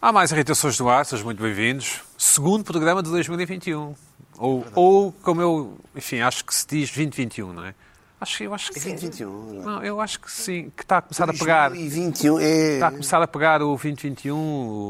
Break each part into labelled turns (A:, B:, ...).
A: Há mais irritações do ar, sejam muito bem-vindos. Segundo programa de 2021. Ou, ou como eu, enfim, acho que se diz 2021, não é? Acho, eu acho que
B: É 2021.
A: Não, eu acho que sim, que está a começar a pegar. Tá.
B: 2021 é.
A: Está a começar a pegar o 2021,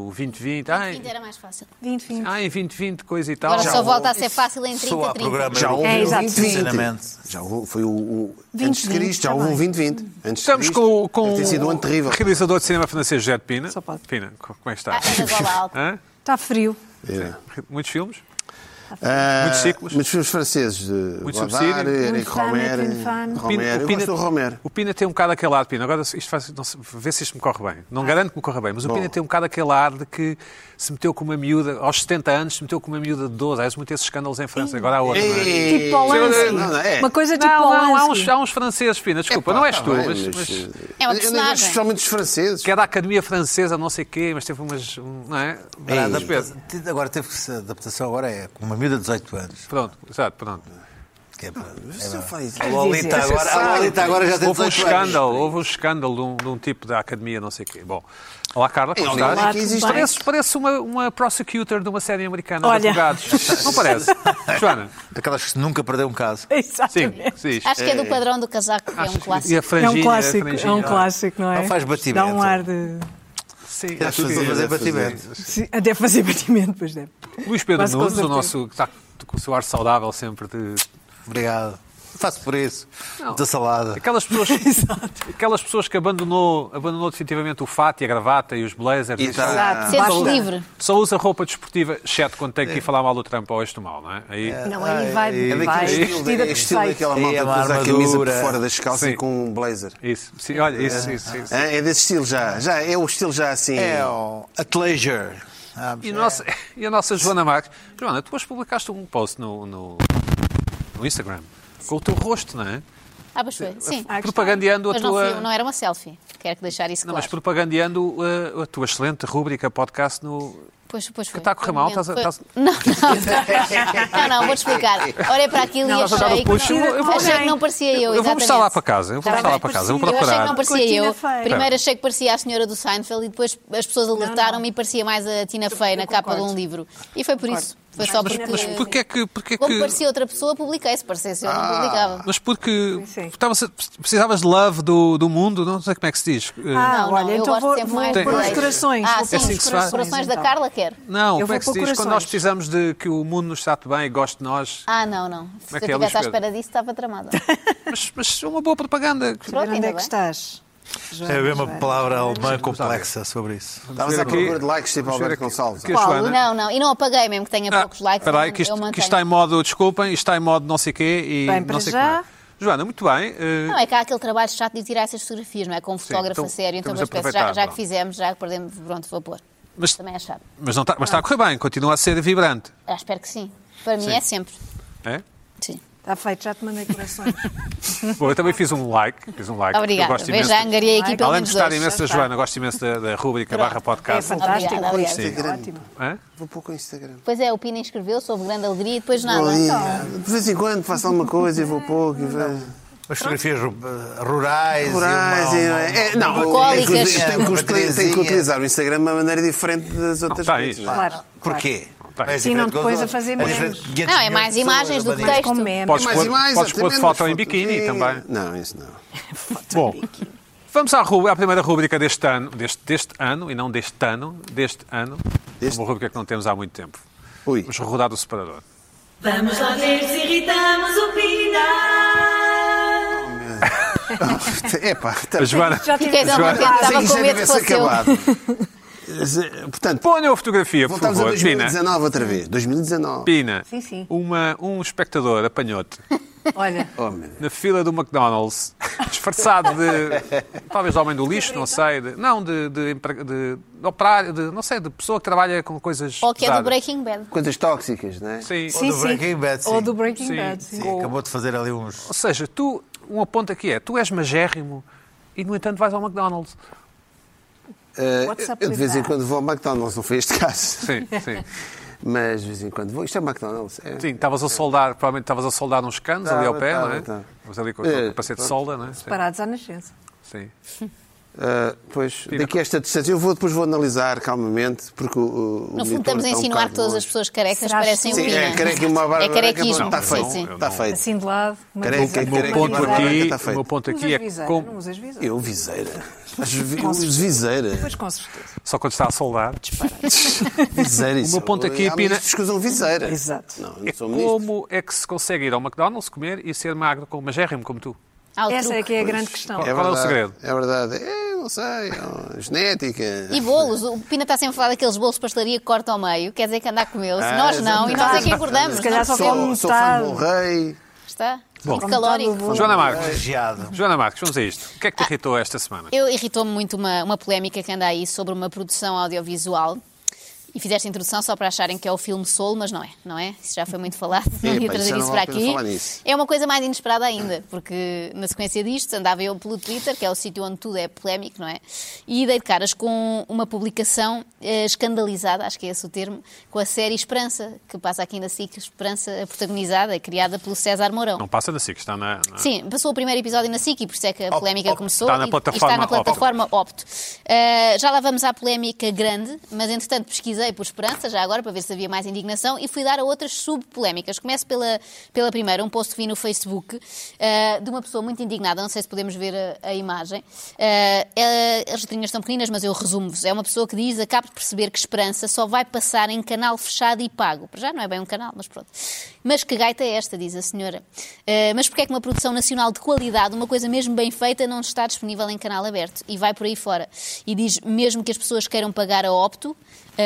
A: o 2020. Ai,
C: Ainda era mais fácil.
D: 2020.
A: ai 2020, coisa e tal.
C: Agora só
A: Já-
C: volta a ser fácil em
E: Só
C: 30,
E: há
C: 30.
E: programa
B: Já houve
D: É,
B: um
D: exato.
B: 2020.
E: Sinceramente.
B: Já houve, foi o. o
D: 2020,
B: antes de Cristo, já houve um 2020. Antes de
A: Estamos
B: Cristo,
A: com, com
B: deve ter sido um ano
A: o
B: terrível.
A: realizador de cinema francês, Jed Pina.
D: Só pode.
A: Pina, co- como é que está?
C: Ah, é da gola alta.
A: Hã?
D: Está Tá frio.
B: Era.
A: Muitos filmes?
B: Ah,
A: Muitos ciclos.
B: Muitos filmes franceses. Muito
A: subsídio.
B: Eric
D: Muito fama,
B: Romer.
D: muito fama.
A: Pina-
B: Romer. Eu gosto do Romer.
A: o Pina tem um bocado aquele ar, Pina. Agora isto faz, não se- vê se isto me corre bem. Não garanto que me corra bem, mas o Pina tem um bocado aquele ar de que se meteu com uma miúda, aos 70 anos, se meteu com uma miúda de 12. Há muito esses escândalos em França, agora há outra. não é?
B: Ei,
D: Tipo Polanski.
B: não, não, é.
D: Uma coisa tipo
A: Não, não, há um uns,
D: Polanski.
A: há uns franceses, Pina, desculpa, não és tu,
B: tá Bem,
A: mas,
B: mas, eh,
A: mas
C: É uma
B: eu não gosto
C: personagem.
B: especialmente dos franceses.
A: que é da Academia Francesa, não sei quê, mas teve umas. um, Não é?
E: É,
A: Bradas,
E: adapta-
A: Pedro.
E: te- Agora teve que se a adaptação agora é com uma miúda de 18 anos.
A: Pronto, exato, pronto.
E: Que é para,
B: Isso faz-
E: a Lolita
D: Isso é
E: agora, a Lolita agora já tem
A: Houve um
E: 18 anos.
A: escândalo, houve um escândalo de um, de um tipo da academia, não sei o quê. Bom, olá Carla, como
B: Olha,
A: estás?
B: olá,
D: que
A: Isto
D: existe-
A: Parece, parece uma, uma prosecutor de uma série americana
D: Olha.
A: de advogados. Não parece? Joana,
E: Daquelas que nunca perdeu um caso.
A: sim,
D: Exatamente. um
A: sim.
C: Acho que é do padrão do casaco, que é um
A: E a
C: clássico.
D: É
A: franjinha,
D: um clássico,
A: a ah,
D: é
A: franjinha.
D: um clássico, não é?
E: Não faz batimento.
D: Dá um ar de.
A: Sim,
E: As pessoas a
B: Deve fazer.
E: fazer batimento.
D: Sim, até fazer batimento, pois deve.
A: Luís Pedro
D: Quase com
A: Nunes, o
D: certeza.
A: nosso, que está com o seu ar saudável sempre de...
E: Obrigado. Faço por isso.
A: Não.
E: Da salada.
A: Aquelas pessoas, aquelas pessoas que abandonou, abandonou definitivamente o fato e a gravata e os blazers.
E: E tá-
D: Exato.
A: Ah,
C: Sente-se
A: é.
D: Basta.
C: livre.
A: Só usa roupa desportiva, exceto quando tem que ir falar mal do Trump ou este mal, não é? Aí,
D: Não, aí vai.
E: é daquele
D: vai
B: estilo da-
D: vestida
B: é
D: de
B: estilo
D: perfeito.
B: daquela malta
E: E
B: que
E: é uma
B: usa a camisa por
E: armadura.
B: fora das calças
A: Sim.
B: e com um blazer.
A: Isso, sim, olha, isso, isso, isso.
B: É é desse estilo já. já. É o estilo já assim.
E: É o Atleisure. sabes?
A: E, o nosso-
D: É.
A: e a nossa Joana Marques. Joana, tu hoje publicaste um post no, no, no Instagram com o teu rosto, não é?
C: Ah, pois foi. Sim.
D: Ah, que
A: propagandeando a
C: Mas não,
A: tua.
C: fui- não é? era uma selfie. Quero que deixar isso
A: Não,
C: claro.
A: mas propagandeando uh, a, tua excelente rúbrica podcast no.
C: Pois, pois foi.
A: está tá a correr mal, estás a-
C: Foi-
A: estás-
C: Não, não. não, não, vou-te explicar. Olhei para aquilo
A: Não,
C: e
A: elas
C: achei,
A: andaram, "Puxa, eu vou- eu vou-
C: achei que não parecia eu.
A: Eu vou
C: exatamente.
A: mostrar lá para casa, eu vou
C: Tá
A: mostrar lá
C: bem.
A: para casa, eu vou
C: Eu achei que
A: procurar.
C: não parecia eu.
D: Cortina feia.
C: Primeiro achei que parecia a senhora do Seinfeld e depois as pessoas alertaram-me e parecia mais a Tina Fey na capa de um livro. E foi por isso. Foi só porque.
A: Mas porquê é que. Porquê é
C: Como
A: que... Ah.
C: parecia outra pessoa, publiquei. Se parecesse eu, não publicava.
A: Mas porque
D: Sim.
A: estavas a- precisavas de love do, do mundo, não sei como é que se diz. Uh,
D: Ah,
C: Não, não,
D: olha,
C: eu
D: então
C: gosto
D: vou,
C: sempre
D: vou
C: mais
A: de
D: pôr os
A: leite.
D: corações.
C: Ah,
D: vou pôr
C: sim,
D: os
A: assim que se faz.
C: os corações da
D: então.
C: Carla quer.
A: Não, como
D: Eu vou
A: é que se
D: pôr
A: diz? Quando
D: corações.
A: nós precisamos de que o mundo nos trate bem e goste de nós.
C: Ah, não, não. Se
A: Como é
C: eu
A: que é,
C: estivesse à
A: Luís Pedro?
C: espera disso, estava tramada.
A: Mas, mas é uma boa propaganda.
C: Pronto, ainda
D: Onde é
C: bem.
D: que estás? Joana,
E: É a mesma
D: Joana?
E: palavra alemã complexa sobre isso.
B: Estavas à procura de likes tipo Alberto Gonçalves.
A: que a
C: Paulo,
A: Joana-
C: não, não. E não apaguei, mesmo que tenha
A: Ah,
C: poucos likes.
A: Espera aí,
C: eu-
A: que
C: eu
A: isto, que
C: mantenho.
A: isto está em modo, desculpem, isto está em modo não sei quê e
D: Bem,
A: não
D: para
A: sei
D: já.
A: como é. Joana, muito bem. eh,
C: Não, é que há aquele trabalho chato de tirar essas fotografias, não é? Com um fotógrafo
A: então
C: a sério, então
A: temos de
C: mas penso, já,
A: aproveitar,
C: já
A: vá.
C: que fizemos, já que perdemos, pronto, vou pôr.
A: mas,
C: Também é chato.
A: mas, não está, mas está a correr bem, continua a ser vibrante.
C: Ah, espero que sim. Para mim é sempre.
A: É?
C: Sim.
D: Está feito, já te mandei corações.
A: Bom, eu também fiz um like. Fiz um like.
C: Obrigada.
A: Eu gosto
C: Veja,
A: imenso.
C: já angariei aqui pelo
A: Além de
C: menos
A: gostar
C: dois.
A: imenso da
D: já está.
A: Joana, gosto imenso da, da rúbrica barra
D: É
A: podcast. é?
D: fantástico.
C: Obrigada,
D: com
C: obrigada.
D: isto, Ótimo.
C: é
A: Hã?
B: Vou pôr com o Instagram.
C: Pois é, o Pina inscreveu-se, houve grande alegria e depois nada. então.
B: Olha, De vez em quando faço alguma coisa e vou pouco e vejo.
E: As fotografias ru- eh, rurais.
B: Rurais e. é, Não,
C: Bucólicas.
B: tem que- tem que
E: Uma
B: os clientes têm que
E: coisinha.
B: utilizar o Instagram de uma maneira diferente das outras
A: tá
B: redes,
A: aí.
B: não é?
D: Claro.
E: Porquê?
A: Tá.
E: Não é diferente
D: Ensinam
E: com
D: depois
E: as
D: a fazer
E: outras.
D: memes.
E: diferente de 500
C: Não, é
E: mil
C: mais imagens
E: pessoas,
C: do que
E: mas-
D: Mas
C: texto.
D: com memes.
A: Podes
B: Mais
A: pôr-
B: e mais,
A: podes pôr
B: exatamente,
A: foto em
B: mas
A: biquíni também.
B: Não, isso não.
A: Bom, vamos à, rú- à primeira rúbrica deste ano, deste, deste ano, e não deste ano, deste ano.
B: Deste-
A: Uma rúbrica que não temos há muito tempo.
B: Ui.
A: Vamos rodar do separador.
F: Vamos lá ver se irritamos o Pina.
B: Epá, tá-
A: A Joana,
D: Já tive
C: Fiquei tão
A: Joana,
C: contente, estava
B: Sim,
C: com
B: já
C: medo que
B: devia ser
C: fosse eu.
B: acabado. Portanto,
A: ponham a fotografia, por
B: voltamos a
A: favor. né? Pina,
B: 2019 outra vez. 2019.
A: Pina
D: Sim, sim.
A: Uma, um espectador apanhou-te
D: Olha,
B: Oh, meu Deus.
A: na fila do McDonald's, disfarçado de, talvez, de homem do lixo, não sei, de- não, de, de, empre- de- de operário, de, não sei, de pessoa que trabalha com coisas
C: Ou que é do
A: pesadas.
C: Breaking Bad.
B: Coisas tóxicas, não é?
A: Sim.
D: sim,
E: do Breaking Bad,
D: sim.
E: sim.
D: Ou do Breaking
A: Sim,
D: Bad, sim.
E: Sim, Acabou de fazer ali uns.
A: Ou seja, tu, um ponto aqui é, tu és magérrimo e, no entanto, vais ao McDonald's.
B: Eh,
D: What's up
B: eu de
D: with
B: vez em
D: that?
B: quando vou ao McDonald's, não foi este caso.
A: Sim, sim.
B: Mas de vez em quando vou. Isto é McDonald's. É.
A: Sim, estavas a soldar, provavelmente estavas a soldar uns canos ali ao
B: Tava,
A: pé,
B: tava,
A: não é?
B: tava.
A: Estavas ali com o
B: É,
A: capacete de solda, não é? Sim.
D: Parados à nascença.
A: Sim.
B: Ah, pois, daqui a esta distância, eu vou, depois vou analisar calmamente, porque o, o
C: No
B: monitor
C: fundo, estamos a
B: está um
C: insinuar
B: bocado
C: que todas as
B: longe.
C: pessoas carecas
D: Será
C: parecem o
D: que-
B: Sim,
C: Pina.
B: é careca e uma barba
C: é carequismo,
B: Está feito,
C: sim, sim.
B: está feito.
D: Assim de lado. uma
B: Careca,
D: coisa-
A: O meu
B: careca,
A: um ponto
B: mas agora
A: aqui,
B: está feito.
A: o meu ponto
D: Usas
A: aqui é
D: viseira,
A: com-
D: não usas viseira.
B: Eu viseira. As vi- eu uso viseira.
D: Pois, com certeza.
A: só quando está a soldar.
B: Viseira, É isso.
A: ponto aqui,
B: Há
A: Pina-
B: ministros que usam viseira.
D: Exato.
B: Não, eu
A: É
B: não sou ministro.
A: como é que se consegue ir ao McDonald's comer e ser magro como magérrimo como tu?
C: Há o
D: Essa é
C: truque.
D: que é a grande questão.
A: Qual é o
B: verdade,
A: segredo?
B: É verdade. É, não sei. ó, genética.
D: é.
C: E bolos, o Pina está sempre a falar daqueles bolos de pastelaria que corta ao meio, quer dizer que anda a comê-los.
B: Ah,
C: nós não, e nós é
B: exatamente.
C: que engordamos.
D: Se calhar só
C: não percebo.
D: como-
B: Sou, sou fã
D: metade.
B: do Bom um Rei.
C: Está? Muito
D: Como
C: calórico.
D: está no bolo.
A: Joana Marques,
E: Regiado.
A: Joana Marques, vamos a isto. O que é que te irritou esta semana?
C: Eu irritou-me muito uma, uma polémica que anda aí sobre uma produção audiovisual. E fizeste a introdução só para acharem que é o filme Soul, mas não é, não é? Isso já foi muito falado, não ia
B: Epá, isso
C: trazer
B: não
C: isso para
B: vale a pena
C: aqui.
B: falar nisso.
C: É uma coisa mais inesperada ainda, porque na sequência disto andava eu pelo Twitter, que é o sítio onde tudo é polémico, não é? E dei de caras com uma publicação eh, escandalizada, acho que é esse o termo, com a série Esperança, que passa aqui na SIC, Esperança protagonizada, criada pelo César Mourão.
A: Não passa na SIC, está na. na-
C: Sim, passou o primeiro episódio na SIC e por isso é que a polémica
A: Opto.
C: começou.
A: Está na
C: e- e
A: plataforma
C: está na
A: Opto.
C: plataforma Opto. Uh, já lá vamos à polémica grande, mas entretanto pesquisei por esperança, já agora, para ver se havia mais indignação e fui dar a outras subpolémicas. Começo pela, pela primeira, um post que vi no Facebook uh, de uma pessoa muito indignada, não sei se podemos ver a, a imagem. Uh, é- as letrinhas estão pequeninas, mas eu resumo-vos. É uma pessoa que diz: acabo de perceber que esperança só vai passar em canal fechado e pago. Para já não é bem um canal, mas pronto. Mas que gaita é esta, diz a senhora. Uh, mas porque é que uma produção nacional de qualidade, uma coisa mesmo bem feita, não está disponível em canal aberto? E vai por aí fora. E diz, mesmo que as pessoas queiram pagar a opto, uh,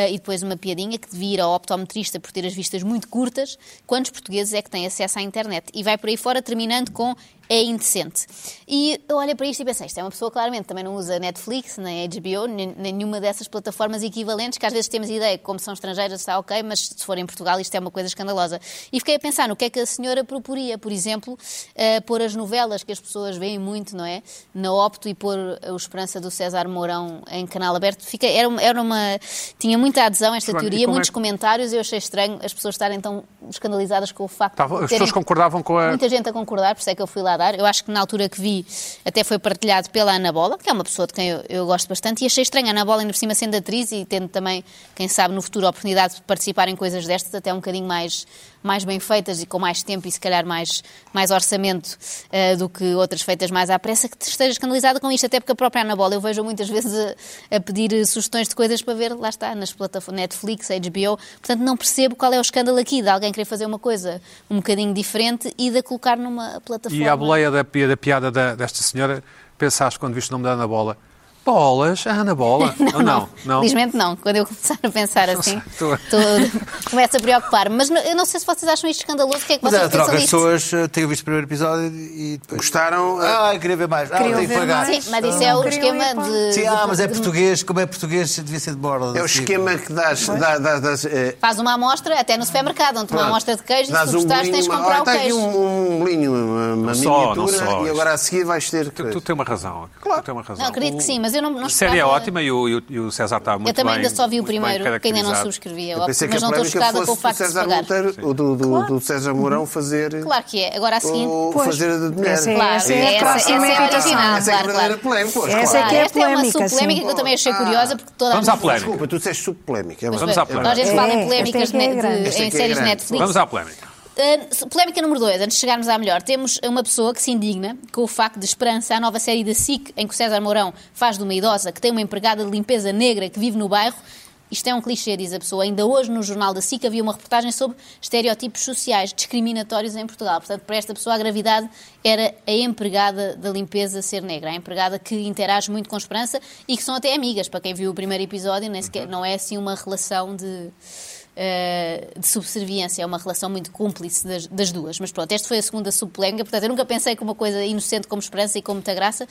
C: e depois uma piadinha, que devia ir ao optometrista por ter as vistas muito curtas, quantos portugueses é que têm acesso à internet? E vai por aí fora, terminando com é indecente. E eu olho para isto e pensei, isto é uma pessoa claramente também não usa Netflix, nem HBO, nem, nem nenhuma dessas plataformas equivalentes, que às vezes temos ideia que como são estrangeiras está ok, mas se for em Portugal isto é uma coisa escandalosa. E fiquei a pensar no que é que a senhora proporia, por exemplo, eh, pôr as novelas que as pessoas veem muito, não é? Na Opto e pôr o Esperança do César Mourão em canal aberto. Fiquei, era, uma, era uma- Tinha muita adesão a esta
A: Joana, e
C: teoria,
A: como é
C: muitos
A: que-
C: comentários, eu achei estranho as pessoas estarem tão escandalizadas com o facto
A: Tava-
C: de
A: Tá, as
C: terem-
A: pessoas concordavam com a-
C: Muita gente a concordar, por isso é que eu fui lá dar. Eu acho que na altura que vi até foi partilhado pela Ana Bola, que é uma pessoa de quem eu, eu gosto bastante, e achei estranho a Ana Bola ainda por cima sendo atriz e tendo também, quem sabe, no futuro a oportunidade de participar em coisas destas, até um bocadinho mais, mais bem feitas e com mais tempo e se calhar mais, mais orçamento eh, do que outras feitas mais à pressa, que esteja escandalizada com isto, até porque a própria Ana Bola eu vejo muitas vezes a, a pedir eh, sugestões de coisas para ver, lá está, nas plataformas Netflix, HBO, portanto não percebo qual é o escândalo aqui de alguém querer fazer uma coisa um bocadinho diferente e de a colocar numa plataforma.
A: E à boleia da, pi- da piada da- desta senhora, pensaste quando viste o nome da Ana Bola? Bolas? Ah, Ana Bola? Ou não? Não.
C: Felizmente não, quando eu começar a pensar assim,
A: tô-
C: tô- começo a preocupar-me. Mas não- eu não sei se vocês acham isto escandaloso, o que é que
E: Mas
C: vocês
E: era troca
C: pensam
E: as
C: disto?
E: pessoas, eh, tenho visto o primeiro episódio e depois.
B: Gostaram? ah,
E: Ah, queria ver mais. Ah,
D: Queriam
E: tenho que
D: ver
E: pagar.
D: mais.
C: Sim, mas isso é o
D: Queriam ir
C: esquema
D: para-
C: de.
E: Sim,
C: de-
E: ah, mas é
C: de-
E: português, como é português, devia ser de borda.
B: é o
E: assim.
B: esquema que dás, dá- dá- dás, eh,
C: Faz uma amostra, até no supermercado, onde uma amostra de queijo e se
B: dás
C: tu gostares tens de
B: uma- olha,
C: comprar o
B: está aqui
C: queijo.
B: um, um bolinho, uma, uma
A: só, não
B: miniatura,
A: só.
B: e agora a seguir vais ter que...
A: Tu, tu tens uma razão. Tu tens uma razão.
C: Não, acredito que sim, mas eu não- não
A: A série é
C: esperava-
A: ótima e o, e o- e o César está muito bem
C: Eu também ainda só vi o
A: muito bem
C: primeiro, que ainda não
A: caracterizado.
C: subscrevi, é
B: Eu
C: óbvio,
B: pensei
C: mas
B: que a
C: não
B: polémica
C: estou chocada
B: fosse
C: com o
B: do
C: facto de se
B: César
C: pagar.
B: Monteiro, o do, do, do César Mourão fazer...
C: Claro que é. Agora a seguinte.
B: Ou
D: Pois,
B: fazer a de mulher.
D: essa é-
C: Claro,
D: essa é a
C: essa-
D: próxima
C: essa é a
D: irritação.
C: original,
B: Essa é a
C: claro,
B: verdadeira
C: claro.
B: polémica, pois,
D: Essa é
B: claro. Ah.
D: que é a
C: Esta é uma
D: polémica,
C: subpolémica
D: sim.
C: que eu também achei curiosa, porque toda
A: Vamos
C: a
A: à
C: gente-
A: polémica.
B: Desculpa, tu disseste subpolémica. é
A: Vamos à
B: verdade.
A: polémica.
C: Nós já falar em
D: É,
C: polémicas
D: esta é que é
C: ne- de-
D: grande.
B: Esta é
C: em
B: que é
C: séries
B: grande.
C: Netflix.
A: Vamos à polémica.
C: Uh, polémica número 2, antes de chegarmos à melhor, temos uma pessoa que se indigna com o facto de Esperança, a nova série da SIC, em que o César Mourão faz de uma idosa que tem uma empregada de limpeza negra que vive no bairro. Isto é um clichê, diz a pessoa. Ainda hoje, no jornal da SIC, havia uma reportagem sobre estereótipos sociais discriminatórios em Portugal. Portanto, para esta pessoa, a gravidade era a empregada da limpeza ser negra, a empregada que interage muito com Esperança e que são até amigas. Para quem viu o primeiro episódio, nem sequer, não é assim uma relação de uh, de subserviência, é uma relação muito cúmplice das, das duas. Mas pronto, esta foi a segunda subpolémica, portanto eu nunca pensei que uma coisa inocente como esperança e com muita graça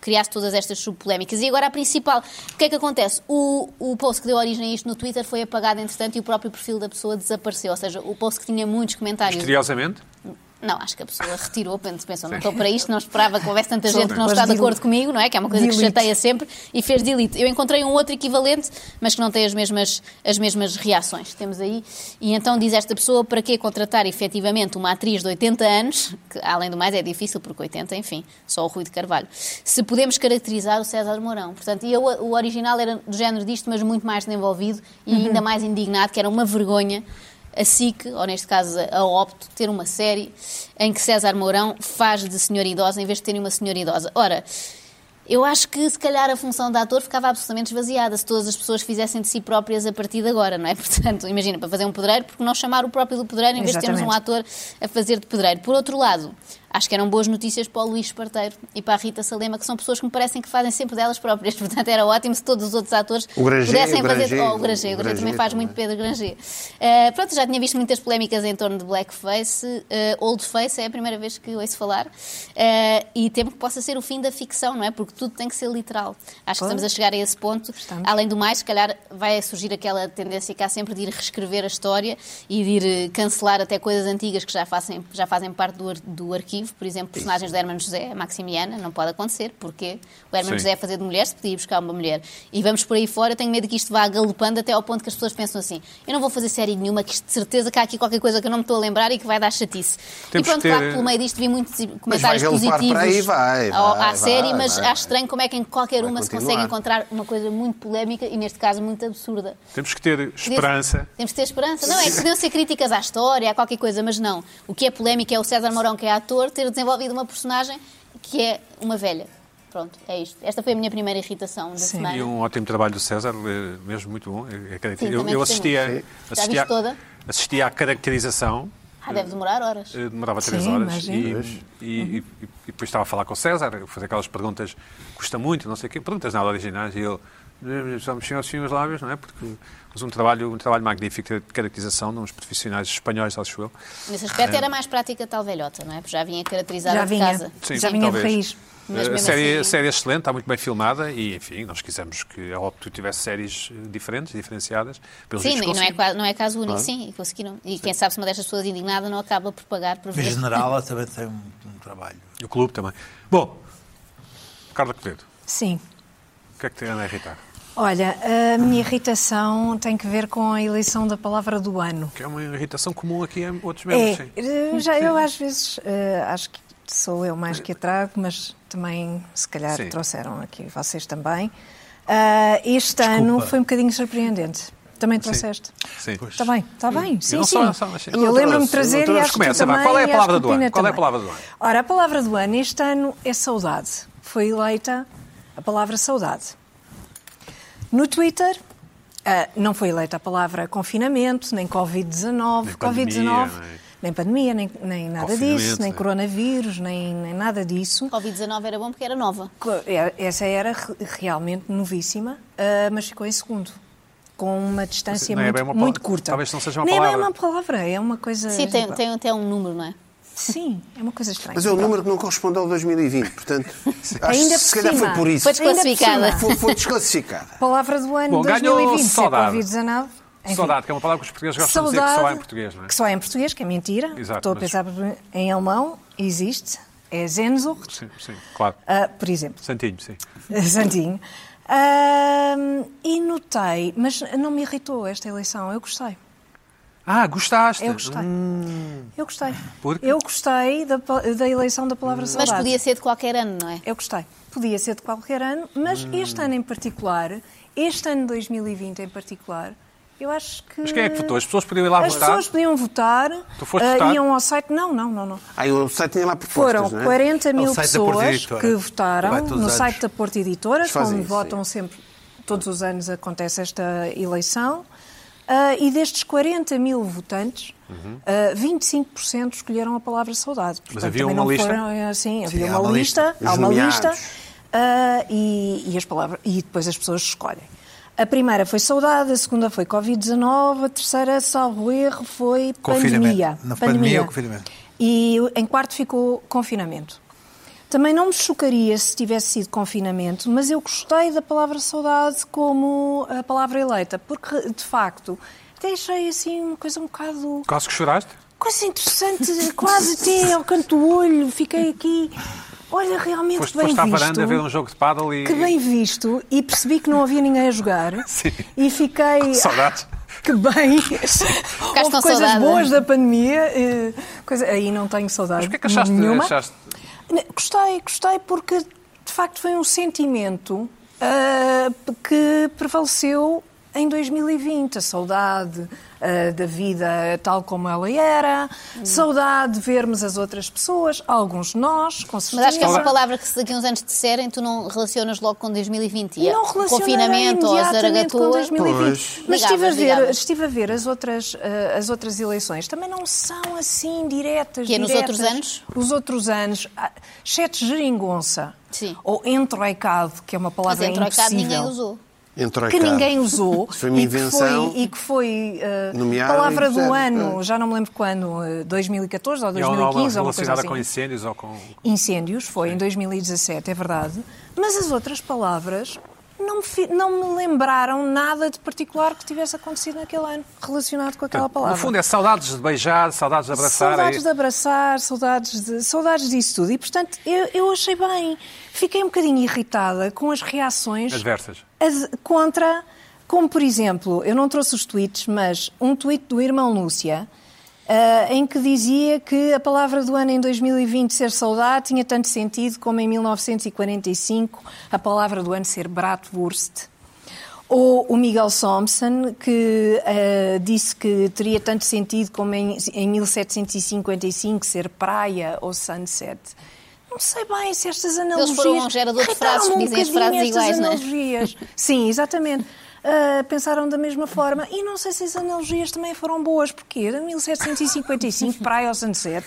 C: criasse todas estas subpolémicas. E agora a principal, o que é que acontece? O, o post que deu origem a isto no Twitter foi apagado entretanto e o próprio perfil da pessoa desapareceu, ou seja, o post que tinha muitos comentários
A: Misteriosamente,
C: Não, acho que a pessoa retirou, penso- pensou, não estou para isto, não esperava que houvesse tanta gente que não
D: Mas
C: está de
D: delete.
C: acordo comigo, não é? Que é uma coisa que
D: Delete.
C: chateia sempre, e fez delete. Eu encontrei um outro equivalente, mas que não tem as mesmas, as mesmas reações que temos aí. E então diz esta pessoa, para que contratar efetivamente uma atriz de 80 anos, que além do mais é difícil, porque 80, enfim, só o Rui de Carvalho, se podemos caracterizar o César Mourão. Portanto, e eu, o original era do género disto, mas muito mais desenvolvido e ainda mais indignado, que era uma vergonha a SIC, ou neste caso a Opto, ter uma série em que César Mourão faz de senhora idosa em vez de ter uma senhora idosa. Ora, eu acho que se calhar a função de ator ficava absolutamente esvaziada se todas as pessoas fizessem de si próprias a partir de agora, não é? Portanto, imagina, para fazer um pedreiro, porque não chamar o próprio do pedreiro em vez de termos um
D: Exatamente.
C: ator a fazer de pedreiro. Por outro lado, acho que eram boas notícias para o Luís Esparteiro e para a Rita Salema, que são pessoas que me parecem que fazem sempre delas próprias. Portanto, era ótimo se todos os outros atores
B: O Granger,
C: pudessem
B: o
C: fazer.
B: Granger,
C: Oh, o Granger, o
B: o
C: Granger também
B: Granger
C: faz
B: também.
C: muito Pedro Granger. Eh, pronto, já tinha visto muitas polémicas em torno de blackface. Eh, old face é a primeira vez que ouço falar. Eh, e temo que possa ser o fim da ficção, não é? Porque tudo tem que ser literal. Acho que estamos a chegar a esse ponto. Além do mais, se calhar vai surgir aquela tendência que há sempre de ir reescrever a história e de ir eh, cancelar até coisas antigas que já fazem, já fazem parte do, ar- do arquivo. Por exemplo, personagens do Herman José, a Maximiana, não pode acontecer. Porquê? O Herman
A: Sim.
C: José é fazer de mulher se podia ir buscar uma mulher. E vamos por aí fora, eu tenho medo que isto vá galopando até ao ponto que as pessoas pensam assim: eu não vou fazer série nenhuma, que isto de certeza que há aqui qualquer coisa que eu não me estou a lembrar e que vai dar chatice.
A: Temos
C: e
A: que
C: pronto,
A: ter-
C: claro que pelo meio disto vi muitos comentários
B: vai galopar
C: positivos
B: para aí, vai,
C: ao-
B: vai,
C: à
B: vai,
C: série, mas
B: vai.
C: acho estranho como é que em qualquer
B: Vai
C: uma se consegue
B: continuar.
C: encontrar uma coisa muito polémica e, neste caso, muito absurda.
A: Temos que ter esperança.
C: Temos de ter esperança. Não, é que podiam ser críticas à história, a qualquer coisa, mas não. O que é polémico é o César Mourão, que é ator, ter desenvolvido uma personagem que é uma velha. Pronto, é isto. Esta foi a minha primeira irritação da
D: Sim.
C: semana.
A: E um ótimo trabalho do César, eh, mesmo muito bom. Eu,
C: Sim,
A: eu,
C: também
A: eu
C: gostei
A: assistia,
C: muito. Já
A: assistia,
C: viste toda?
A: assistia à caracterização,
C: Ah, deve demorar horas.
A: eh, demorava três
D: Sim,
A: horas. E,
D: imagino.
A: e- e- e depois estava a falar com o César, eu fazia aquelas perguntas, custa muito, não sei o quê, perguntas nada originais, e ele "Eh, só mexia assim os lábios, não é? Porque mas um trabalho, um trabalho magnífico de caracterização de uns profissionais espanhóis, acho eu.
C: Nesse
A: é.
C: aspecto era mais prática tal velhota, não é? Porque já vinha caracterizada
D: Já
C: de
D: vinha.
C: casa.
A: Sim,
D: Já vinha de
A: talvez.
D: é raiz.
C: Mas
A: Eh,
C: mesmo
A: a, série,
C: assim-
A: a série é excelente, está muito bem filmada e, enfim, nós quisemos que a Opto tivesse séries eh, diferentes, diferenciadas. Pelos
C: Sim,
A: vistos
C: e não é,
A: conseguiu.
C: qua- não é caso único, sim, e conseguiram. E quem sabe se uma destas pessoas indignada não acaba por pagar por
E: A
C: ver.
E: general ela também tem um, um trabalho.
A: E o clube também. Bom, Carla Quevedo,
D: Sim.
A: o que é que te anda a irritar?
D: Olha, a minha irritação tem que ver com a eleição da palavra do ano.
A: Que é uma irritação comum aqui a outros membros, sim.
D: É, já eu às vezes eh, acho que sou eu mais que a trago, mas também se calhar
A: Sim.
D: trouxeram aqui vocês também. Ah, este ano foi um bocadinho surpreendente. Também trouxeste.
A: Sim.
D: Está Tá bem, está bem. Sim,
A: Hum. não
D: sim.
A: sou- sou- achei-
D: eu
A: Doutor
D: lembro-me de
A: Alves,
D: trazer
A: doutor
D: e
A: Alves,
D: acho que tu
A: começa, vá.
D: também,
A: Qual é a
D: e acho
A: palavra
D: que o
A: do ano?
D: Pina
A: Qual é a
D: também.
A: palavra do ano?
D: Ora, a palavra do ano este ano é saudade. Foi eleita a palavra saudade. No Twitter, ah, não foi eleita a palavra confinamento, nem Covid-19,
A: Nem pandemia,
D: Covid-19,
A: nem-
D: nem pandemia, nem, nem nada
A: Confinamento,
D: disso, nem
A: né?
D: coronavírus, nem, nem nada disso.
C: Covid-19 era bom porque era nova.
D: Co- é- Essa era re- realmente novíssima, ah, mas ficou em segundo. Com uma distância
A: não é
D: muito,
A: bem uma
D: muito
A: palavra.
D: curta.
A: Talvez não seja uma
D: Nem é bem
A: palavra.
D: uma palavra, é uma coisa.
C: Sim, tem,
D: igual.
C: tem até um número, não é?
D: Sim, é uma coisa estranha.
B: Mas é um número que não corresponde ao 2020, portanto, acho
D: Ainda
B: que
D: por
B: se calhar
D: cima.
B: foi por isso.
C: Foi desclassificada.
D: Ainda por cima.
B: Foi, foi desclassificada.
D: Palavra do ano
A: Bom, ganhou
D: 2020, se é
A: saudade.
D: Covid-19. enfim.
A: Saudade, que é uma palavra que os portugueses gostam de dizer que só há em português, não é?
D: que só há em português, que é mentira.
A: Exato,
D: Estou a
A: mas-
D: pensar em alemão, existe. É Sehnsucht,
A: Sim, sim, claro.
D: ah, por exemplo,
A: Santinho, sim.
D: Santinho. Ahm, e notei, mas não me irritou esta eleição, eu gostei.
A: Ah, gostaste?
D: Eu gostei. Eu gostei.
A: hum. Porque?
D: Eu gostei da, pa- da eleição da palavra
C: Hum. Mas
D: saudade.
C: podia ser de qualquer ano, não é?
D: Eu gostei. Podia ser de qualquer ano, mas
A: Hum.
D: este ano em particular, este ano 2020 em particular, eu acho que.
A: Mas quem é que votou? As pessoas podiam ir lá
D: As
A: votar?
D: pessoas podiam votar,
A: Tu foste
D: eh,
A: votar?
D: iam ao site. Não, não, não, não.
B: Aí o site tinha lá propostas,
D: Foram
B: não é?
D: 40 mil
E: Ao site da Porto
D: pessoas
E: Editora.
D: que
E: Vai
D: votaram
E: todos
D: no
E: os
D: site
E: anos.
D: da Porta Editora,
B: Eles fazem
D: como
B: isso,
D: votam sempre, todos os anos acontece esta eleição. Ah, e destes 40 mil votantes,
B: Uhum.
D: ah, 25% escolheram a palavra saudade. Portanto,
A: havia
D: também
A: uma
D: não
A: lista?
D: Foram, assim, havia uma,
E: há uma lista.
D: lista, há
B: Os
D: uma
B: nomeados.
D: lista ah, e, e as palavras, e depois as pessoas escolhem. A primeira foi saudade, a segunda foi Covid-19, a terceira, salvo erro, foi
E: Confinamento.
D: pandemia.
E: Na pandemia ou confinamento?
D: E em quarto ficou confinamento. Também não me chocaria se tivesse sido confinamento, mas eu gostei da palavra saudade como a palavra eleita, porque de facto até achei assim uma coisa um bocado.
A: Quase que choraste?
D: coisa interessante, quase até ao canto do olho, fiquei aqui. Olha, realmente
A: Foste,
D: bem
A: foste à
D: visto.
A: varanda ver um jogo de paddle e.
D: Que bem visto e percebi que não havia ninguém a jogar e fiquei
A: Que saudades.
D: "Ah, que bem houve
C: com
D: coisas
C: saudade. é?
D: boas da pandemia eh, coisa... aí não tenho saudade
A: Mas o que é que achaste?
D: nenhuma
A: achaste...
D: Ne- Gostei, gostei porque de facto foi um sentimento ah, que prevaleceu em 2020, a saudade ah, da vida tal como ela era,
C: Hum.
D: saudade de vermos as outras pessoas, alguns de nós, com certeza.
C: Mas acho que é essa
A: Olá.
C: palavra que se daqui a uns anos te disserem, tu não relacionas logo com 2020. E é
D: não
C: o
D: relacionei
C: confinamento ou a
D: imediatamente com
C: zaragatua.
D: 2020.
B: Pois.
D: Mas estive a,
C: Ligavas,
D: ver,
C: ligavas.
D: estive a ver as outras, eh, as outras eleições. Também não são assim diretas.
C: Que é nos
D: diretas.
C: outros anos?
D: Os outros anos. ah, Exceto geringonça.
C: Sim.
D: Ou entroicado, que é uma
C: Mas
D: palavra
C: entre o cabo
D: impossível.
C: ninguém usou.
B: Entrou
D: Que ninguém usou.
B: Foi uma
D: e que foi-
B: invenção.
D: E que foi, eh,
B: Nomeada
D: palavra
B: e
D: do
B: etc. É.
D: ano, já não me lembro quando, eh, 2014 ou
A: E é ela não
D: 2015 ou uma coisa
A: relacionada
D: assim.
A: com incêndios ou com.
D: Incêndios, foi em 2017, é verdade. Mas as outras palavras não me, fi- não me lembraram nada de particular que tivesse acontecido naquele ano relacionado com aquela palavra.
A: No fundo é saudades de beijar, saudades de abraçar.
D: Saudades
A: é-
D: de abraçar, saudades, de, saudades disso tudo. E, portanto, eu, eu achei bem. Fiquei um bocadinho irritada com as reações
A: Adversas.
D: as- contra, como por exemplo, eu não trouxe os tweets, mas um tweet do irmão Lúcia, ah, em que dizia que a palavra do ano em 2020 ser saudade tinha tanto sentido como em 1945 a palavra do ano ser bratwurst. Ou o Miguel Thompson, que ah, disse que teria tanto sentido como em, em 1755 ser praia ou sunset. Não sei bem se estas analogias...
C: foram um gerador de frases que
D: irritaram-me um
C: dizem as
D: bocadinho
C: frases iguais,
D: estas
C: não é?
D: analogias analogias. Sim, exatamente. Ah, pensaram da mesma forma. E não sei se as analogias também foram boas, porque de 1755, praia ao sunset.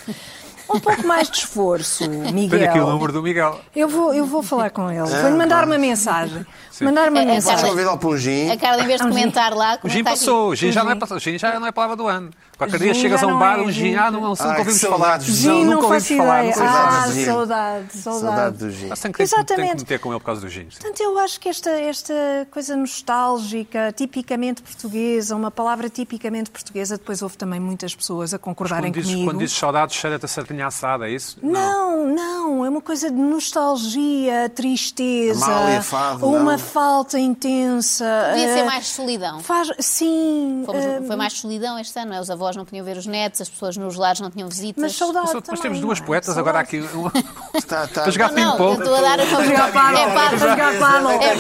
D: Um pouco mais de esforço, Miguel.
A: Tenho aqui o número É, do Miguel.
D: Eu vou, eu vou falar com ele. Vou-lhe mandar uma mensagem. Mandar uma
C: É, é,
D: mensagem.
B: Vais
C: Carla-
B: ouvir ao Pungim.
C: A Carla, em vez de comentar lá,
A: O gin
C: comenta aqui.
A: passou, o gin já
D: O
A: não é
D: gin.
A: passou, o gin já não é palavra do ano. Qualquer
D: Gin
A: dia chegas a
D: já
A: um
D: não
A: bar,
D: é
A: um gin,
D: gin.
A: ah, não, nunca
B: Ai, que
A: ouvimos falar.
B: saudades.
D: Gin,
B: Não,
D: não,
B: nunca
D: faço
B: ouvimos falar. Não
D: ideia.
B: sei
A: é
D: ah,
B: nada de gin.
D: saudade,
B: Saudade
D: saudade.
B: do gin.
A: Mas tem que, tem que
D: Exatamente.
A: meter com ele por causa do gin. sim.
D: Portanto, eu acho que esta, esta coisa nostálgica, tipicamente portuguesa, uma palavra tipicamente portuguesa, depois houve também muitas pessoas a concordarem
A: Quando dizes,
D: comigo.
A: quando dizes saudades, cheira-te a sardinha assada, é isso?
D: Não, não, é uma coisa de nostalgia, tristeza,
B: Amália Fado,
D: uma
B: não.
D: falta intensa.
C: Podia ser
D: eh,
C: mais solidão.
D: Faz, sim,
C: Fomos-
D: eh,
C: foi mais solidão este ano, não é? Os avós não podiam ver os netos, as pessoas nos lares não tinham visitas.
D: mas saudade
A: Mas, mas
D: também,
A: temos duas
D: não é?
A: poetas
D: Saudade.
A: agora aqui. Um-
B: Está, está.
A: Para jogar
C: Não, eu
A: ping-pong.
C: estou a dar a favor.
D: Jogar pádel,
E: Ah,
C: É pá,
D: jogar pádel.
C: É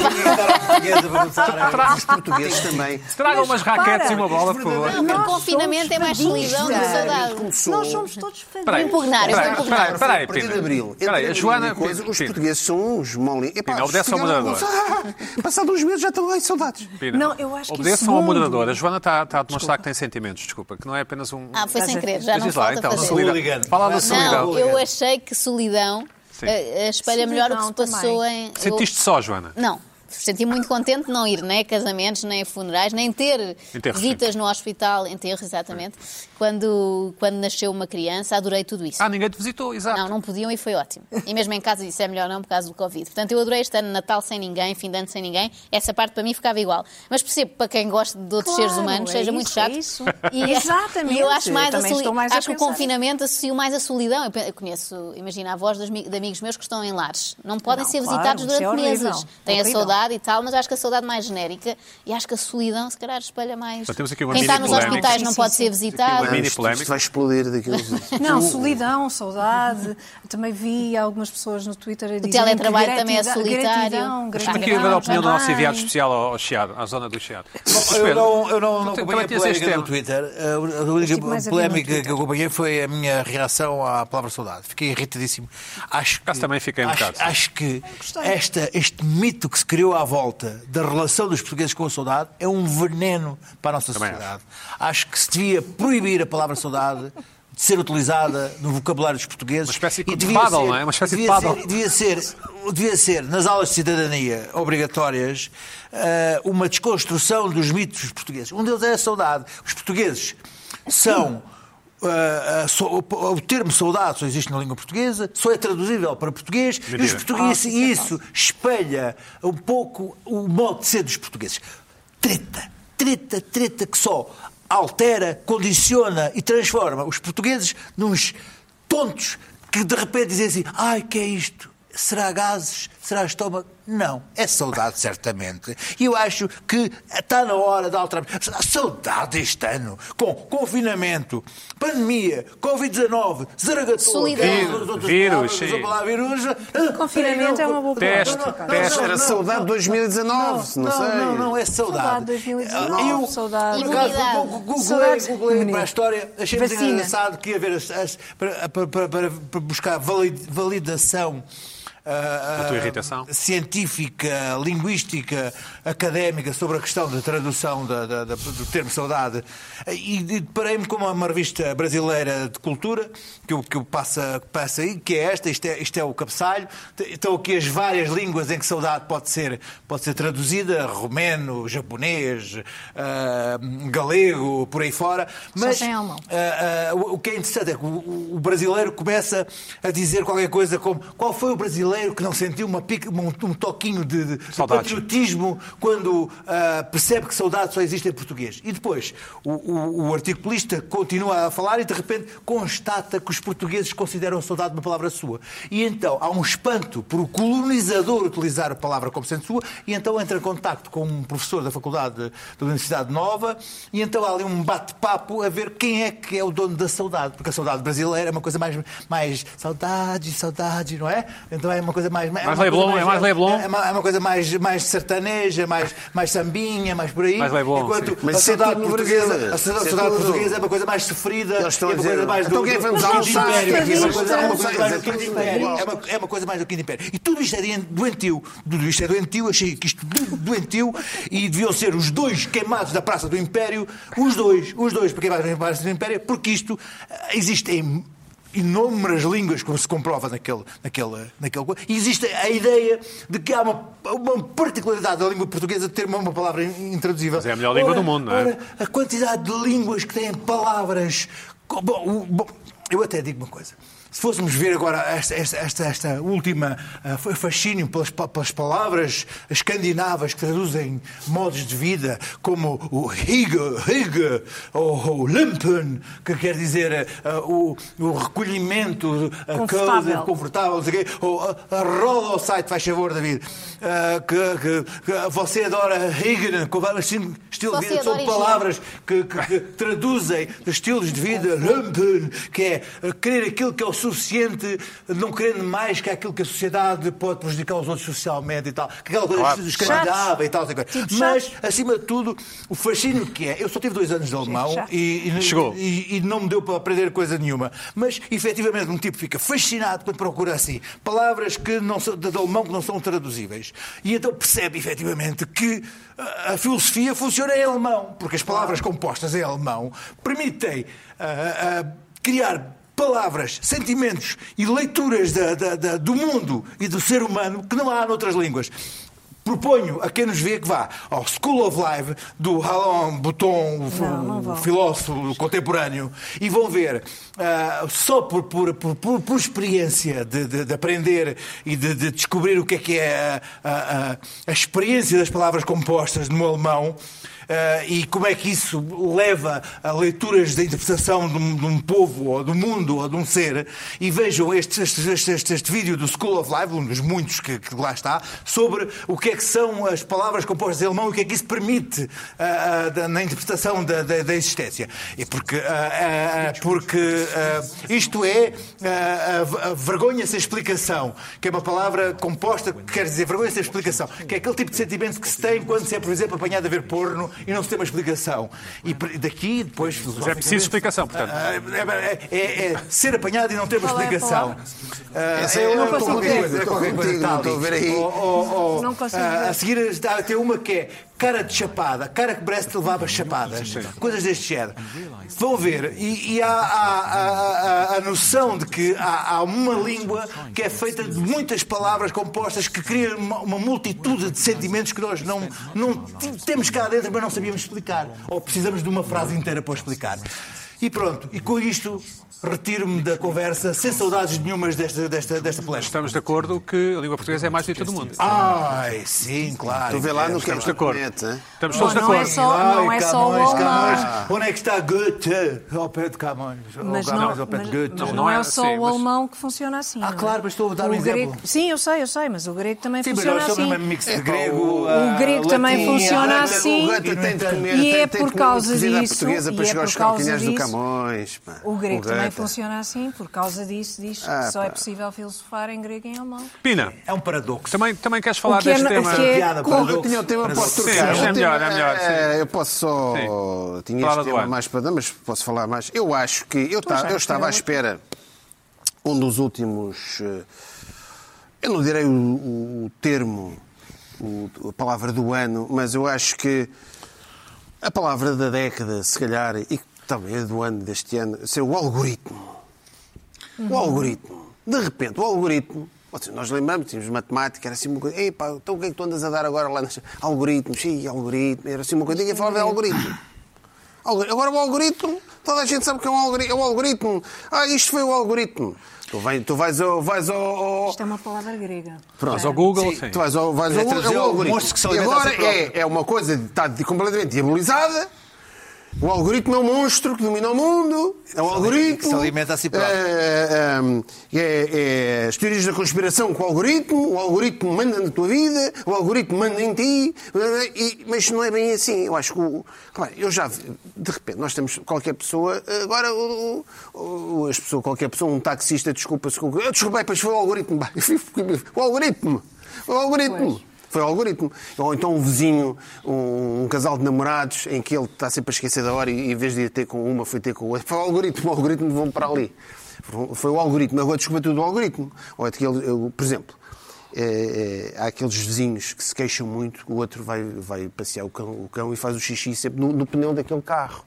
C: pá.
B: Os portugueses também.
A: Tragam umas raquetes
D: para.
A: e uma bola, por favor.
C: Não, porque
D: Nós
C: confinamento é mais
D: somos
C: solidão do que
D: fadistas.
C: saudade.
B: Começou.
D: Nós somos todos
A: Peraí,
D: fadistas.
C: Impugnar, eu estou
A: peraí,
C: impugnado.
A: peraí, peraí,
B: a partir de
A: Pina.
B: abril. Entre
A: Peraí, a
B: abril e
A: Joana.
B: coisa, os
A: Pina,
B: portugueses são uns molinhos. Epá,
A: Pina,
B: os
A: obedece ao
B: portugueses não são- Passado uns meses já estão lá em saudades.
A: Pina.
D: Não, eu acho que isso
A: Obedeçam ao
D: mundo-
A: moderador. A Joana está está a demonstrar que tem sentimentos, desculpa, que não é apenas um.
C: Ah, foi sem
D: Mas
C: querer, já
A: Mas
C: não
A: diz lá,
C: falta
A: então,
C: fazer.
A: solidão.
E: Hooligan.
A: Fala da
E: Não,
A: solidão.
C: Não, eu
E: Obrigado.
C: achei que solidão
A: Sim.
C: eh, eh, espelha melhor o que se
D: Solidão
C: passou em. eu-
A: Sentiste só, Joana?
C: Não. Senti muito contente de não ir nem a casamentos, nem a funerais, nem ter
A: Enterros,
C: visitas no hospital, enterros, exatamente, quando, quando nasceu uma criança. Adorei tudo isso.
A: Ah, ninguém te visitou, exato.
C: Não, não podiam e foi ótimo. E mesmo em casa disse é melhor não por causa do Covid. Portanto, eu adorei este ano Natal sem ninguém, fim de ano sem ninguém. Essa parte para mim ficava igual. Mas percebo que para quem gosta de outros
D: Claro,
C: seres humanos,
D: é
C: seja
D: isso,
C: muito chato.
D: é isso.
C: E,
D: Exatamente.
C: E eu acho mais,
D: Eu
C: a
D: também
C: soli-
D: estou mais a
C: acho que o
D: pensar.
C: confinamento associo mais a solidão. Eu pe- Eu conheço, imagina, avós de, ami- de amigos meus que estão em lares. Não podem
D: Não,
C: ser
D: claro,
C: visitados
D: isso é
C: durante
D: horrível,
C: meses. Têm a
D: horrível.
C: saudade e tal, mas acho que a saudade mais genérica e acho que a solidão se calhar espelha mais.
A: Então, temos aqui uma
C: quem está
A: mini
C: nos
A: polémica.
C: hospitais
D: Sim,
C: não
D: sim,
C: pode
D: sim.
C: ser visitado.
A: Uma mini
B: Isto-
A: polémica.
B: Isto vai explodir daqueles.
D: Não, solidão, saudade. Também vi algumas pessoas no Twitter a dizer.
C: teletrabalho também é solitário.
A: Deixa-me
D: Gratidão, gratidão,
A: aqui dar a opinião do nosso
D: jamais.
A: enviado especial ao ao Chiado, à zona do Chiado.
E: Eu não, eu não, não
A: Tu também
E: acompanhei a
A: tens Então, este
E: polémica
A: tema.
E: no Twitter. Eh, A única
D: estive mais a ver no
E: polémica
D: Twitter.
E: que eu acompanhei foi a minha reação à palavra saudade. Fiquei irritadíssimo. Acho que,
A: Acaso também fiquei um
E: acho,
A: bocado.
E: acho que esta, este mito que se criou à volta da relação dos portugueses com a saudade é um veneno para a nossa
A: Também acho.
E: sociedade. Acho. que se devia proibir a palavra saudade de ser utilizada no vocabulário dos portugueses.
A: Uma espécie
E: E
A: de
E: devia
A: paddle,
E: ser-
A: não é? Uma espécie de
E: devia ser-
A: paddle.
E: devia ser, devia ser nas aulas de cidadania obrigatórias eh, uma desconstrução dos mitos portugueses. Um deles é a saudade. Os portugueses são. eh, a so- o, o termo saudade só existe na língua portuguesa, só é traduzível para português e os
A: Mentira.
E: portugueses, e isso espelha um pouco o modo de ser dos portugueses. Treta, treta, treta que só altera, condiciona e transforma os portugueses nos tontos que de repente dizem assim: ai, que é isto? Será gases? Será estômago? Não. É saudade, certamente. E eu acho que está na hora da alteração. Saudade este ano, com confinamento, pandemia, Covid-19, zaragatura,
C: Solidão.
A: Vírus, sim.
E: vírus.
D: Confinamento é uma boa
A: Teste,
D: palavra.
A: teste.
B: Era saudade de 2019, não,
E: não,
B: sei.
E: Não, não, é saudade.
D: Saudade de 2019,
E: Eu,
D: saudade.
E: Por acaso,
C: Imunidade.
E: go- go- googlei,
D: Saudade.
E: googlei para a
D: Imunidade.
E: história, achei muito
D: Vacina.
E: engraçado que ia haver as- as- para, para- para- para- para buscar valid- validação. ah,
A: Da tua
E: ah,
A: irritação.
E: Científica, linguística, académica sobre a questão da tradução da- da- da- do termo saudade. E de- deparei-me com uma, uma revista brasileira de cultura que eu, que eu passo, a- que passo aí, que é esta, isto é, isto é o cabeçalho. T- Estão aqui as várias línguas em que saudade pode ser, pode ser traduzida: romeno, japonês, ah, galego, por aí fora.
C: sem alemão.
E: Ah, ah, o o que é interessante é que o, o- o brasileiro começa a dizer qualquer coisa como qual foi o brasileiro que não sentiu uma pica- um, um toquinho de, de- de
A: Saudades.
E: patriotismo quando ah, percebe que saudade só existe em português. E depois o, o- o articulista continua a falar e de repente constata que os portugueses consideram saudade uma palavra sua. E então há um espanto por o colonizador utilizar a palavra como sendo sua e então entra em contacto com um professor da faculdade de- da Universidade Nova e então há ali um bate-papo a ver quem é que é o dono da saudade, porque a saudade brasileira é uma coisa mais, mais saudade, saudade, não é? Então é uma coisa mais... Mais, uma
A: Leblon,
E: coisa
A: é mais Leblon.
E: é uma, é uma coisa mais, mais sertaneja, mais, mais sambinha, mais por aí.
A: Mais Leblon, sim.
E: Enquanto
B: Mas
E: a
B: isso é
E: saudade
B: tudo no Brasil.
E: portuguesa, a
B: Isso é
E: saudade, saudade
B: tudo.
E: portuguesa é uma coisa mais sofrida,
B: Eles estão
E: é
B: a
E: uma
B: dizer,
E: coisa mais do,
B: então quem
E: do-
B: vamos
E: do
B: almoçar?
D: Mas
E: império, é uma
D: isto
E: coisa-
D: é
E: é uma coisa mais do
B: isto é
E: Quinto
B: isto é
E: Império.
B: isto.
E: É uma- é uma coisa mais do que império. E tudo isto é de- doentio. Tudo isto é doentio, achei que isto do- doentio e deviam ser os dois queimados da Praça do Império, os dois, os dois para queimados da Praça do Império, porque isto ah, existe em inúmeras línguas, como se comprova naquele, naquele, naquele... co- E existe a ideia de que há uma, uma particularidade da língua portuguesa de ter uma, uma palavra in- intraduzível.
A: Mas é a melhor língua
E: Ora-
A: do mundo, não é?
E: ora, a quantidade de línguas que têm palavras. co- bom, o- bom, eu até digo uma coisa. Se fôssemos ver agora esta, esta, esta, esta última ah, fa- fascínio pelas, pa- pelas palavras escandinavas que traduzem modos de vida, como o hygge, hygge ou o limpen, que quer dizer ah, o, o recolhimento, a
D: Confortável.
E: coisa confortável, não sei o quê, ou ah, ah, rola ao site, faz favor, David, Ah, que, que- que você adora hygge, com vários estilos estilo de
D: assim,
E: vida,
C: Você adora
E: são
C: higiene.
E: palavras que, que- que traduzem estilos de vida, lumpen, que é eh, querer aquilo que é o suficiente, não querendo mais que aquilo que a sociedade pode prejudicar os outros socialmente e tal, que aquela coisa
B: Claro.
E: claro. escandinava e tal. essa coisa.
D: Tipo
E: Mas,
D: chatos.
E: acima de tudo, o fascínio que é. Eu só tive dois anos de alemão
D: chato.
E: e, e-
A: Chegou.
E: e- e não me deu para aprender coisa nenhuma. Mas, efetivamente, um tipo fica fascinado quando procura assim palavras que não são, de alemão que não são traduzíveis. E então percebe, efetivamente, que a, a filosofia funciona em alemão, porque as palavras compostas em alemão permitem ah, ah, criar. Palavras, sentimentos e leituras da- da- da- do mundo e do ser humano que não há noutras línguas. Proponho a quem nos vê que vá ao School of Life do Alain Bouton, o, f-
D: Não, não vou.
E: o filósofo contemporâneo, e vão ver, ah, só por, por, por, por- por experiência de, de- de aprender e de, de descobrir o que é que é a, a- a- a experiência das palavras compostas no alemão. ah, e como é que isso leva a leituras da interpretação de um, de um povo ou do mundo ou de um ser? E vejam este, este, este, este- este vídeo do School of Life, um dos muitos que, que lá está, sobre o que é que são as palavras compostas em alemão e o que é que isso permite ah, ah, da- na interpretação da, da- da existência. E porque ah, ah, ah, porque ah, isto é ah, a v- a vergonha sem explicação, que é uma palavra composta que quer dizer vergonha sem explicação, que é aquele tipo de sentimento que se tem quando se é, por exemplo, apanhado a ver porno e não se tem uma explicação. E per- daqui, depois,
A: Mas é preciso explicação, portanto.
E: ah, é, é- é ser apanhado e não ter uma
D: Qual é a
E: explicação. Ah,
B: Essa é- eu não
D: consigo
E: qualquer
D: ver.
E: coisa,
B: Estou
E: qualquer coisa
B: contigo, não
E: tal.
B: estou a ver aí.
E: Ou- ou- ou,
D: Não consigo
E: ah,
D: ver.
E: A seguir está- tem uma que é cara de chapada, cara que parece que levava chapadas, coisas deste género. Vão ver, e, e há, há- há- há- a noção de que há, há uma língua que é feita de muitas palavras compostas que cria uma, uma multitude de sentimentos que nós não, não t- temos cá dentro, mas não sabíamos explicar, ou precisamos de uma frase inteira para o explicar. E pronto, e com isto retiro-me da conversa sem saudades nenhumas desta, desta, desta polémica.
A: Estamos de acordo que a língua portuguesa é mais bonita do mundo.
E: Ai, sim, claro.
B: Tu vê lá no que é
A: Estamos de acordo.
B: internet, hein?
A: Estamos
D: Não,
A: todos de
D: não é
A: acordo.
D: só- não é só o
E: Camões,
D: alemão.
E: Camões. Onde é que está Goethe? Ao pé de Camões. Ou
D: Mas não,
E: Camões
D: mas,
E: ao pé de
D: mas
E: Goethe.
D: não,
A: não é-
D: é só
A: sim,
D: o
A: mas-
D: alemão que funciona assim.
E: assim, Ah,
D: não é?
E: claro, mas estou a dar um
D: o grego...
E: exemplo.
D: Sim, eu sei, eu sei, mas o grego também
E: Sim, mas
D: funciona
E: nós somos
D: assim.
E: um mix de
B: Epá,
E: grego.
B: o-
E: ah,
D: grego também
E: latim,
D: funciona
E: ah,
D: assim.
B: O
E: o
B: gato
E: grego
B: tem de comer,
D: E
B: tem,
D: é
B: tem
D: por
B: de comer
D: causa
B: cozida à
D: disso,
B: portuguesa
D: e
B: para
D: é
B: chegar
D: por
B: aos
D: causa
B: calcanhares do
D: disso.
B: Camões. pá.
D: O grego também
B: gato.
D: funciona assim, por causa disso diz
B: Ah,
D: que só é
B: pá.
D: possível filosofar em grego e em alemão.
A: Pina,
E: É um paradoxo.
A: também, também queres falar
D: O que é
A: deste
D: no-
A: tema?
D: o que é-
E: Piada,
D: com-
B: Eu
E: paradoxo.
B: tinha o tema, posso
A: Sim,
B: trocar.
A: é
B: O tema,
A: melhor, é melhor, sim.
B: eh, Eu posso só.
A: Sim.
B: Tinha
A: Fala
B: este
A: do
B: tema
A: ar.
B: mais para dar, mas posso falar mais. Eu acho que. Eu, ta-
D: achaste
B: eu
D: que
B: estava
D: era
B: à
D: outro?
B: espera. Um dos últimos. eh, Eu não direi o, o- o termo, o- a palavra do ano, mas eu acho que a palavra da década, se calhar, e que também é do ano deste ano, ser o algoritmo. O algoritmo. De repente, o algoritmo. ou seja, Nós lembramos, tínhamos matemática, era assim uma coisa. Epá, então o que é que tu andas a dar agora lá nas. Algoritmos, ih, algoritmo. Era assim uma coisa. Ninguém falava de algoritmo. Algori- Agora o algoritmo, toda a gente sabe que é um algori- é um algoritmo. Ah, isto foi o algoritmo. Tu, vai- tu vais ao. Vais ao, ao-
D: Isto é uma palavra grega.
A: Mas ao Google, sim.
B: Tu vais ao, vais ao,
E: Quer dizer,
B: é o
E: é o
B: algoritmo.
E: monstro que se
B: E
E: alimenta a si
B: agora
E: próprio.
B: é, é uma coisa de- está de- completamente diabolizada. O algoritmo é um monstro que domina o mundo. É um algoritmo.
E: que se alimenta a si próprio.
B: É, é, é, é, as teorias da conspiração com o algoritmo. O algoritmo manda na tua vida. O algoritmo manda em ti. eh, e- mas não é bem assim. Eu acho que. o- repare, eu já. vi- De repente, nós temos qualquer pessoa. eh, Agora, o, o- o- as pessoas, qualquer pessoa, um taxista, desculpa-se com. Eu desculpei, pois foi o algoritmo. Bah, O algoritmo. O algoritmo. Foi o algoritmo. Ou então um vizinho, um, um casal de namorados, em que ele está sempre a esquecer da hora e em vez de ir ter com uma, foi ter com outra. Foi o algoritmo, o algoritmo vão para ali. Foi o algoritmo. Agora desculpa tudo o algoritmo. Ou é de que ele- eu, por exemplo, eh, eh, há aqueles vizinhos que se queixam muito, o outro vai, vai passear o cão, o cão e faz o xixi sempre no, no pneu daquele carro.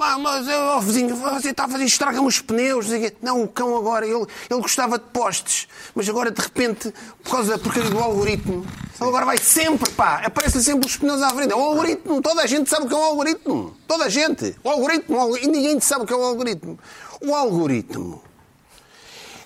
B: Ah, mas eu, ó, vizinho, você está a fazer, estraga-me os pneus. Não, sei o quê. Não, o cão agora, ele, ele gostava de postes, mas agora de repente, por causa da porcaria do algoritmo, ele agora vai sempre, pá, aparecem sempre os pneus à frente. É um algoritmo, toda a gente sabe o que é um algoritmo. Toda a gente. O algoritmo, o algo- e ninguém sabe o que é um algoritmo. O Um algoritmo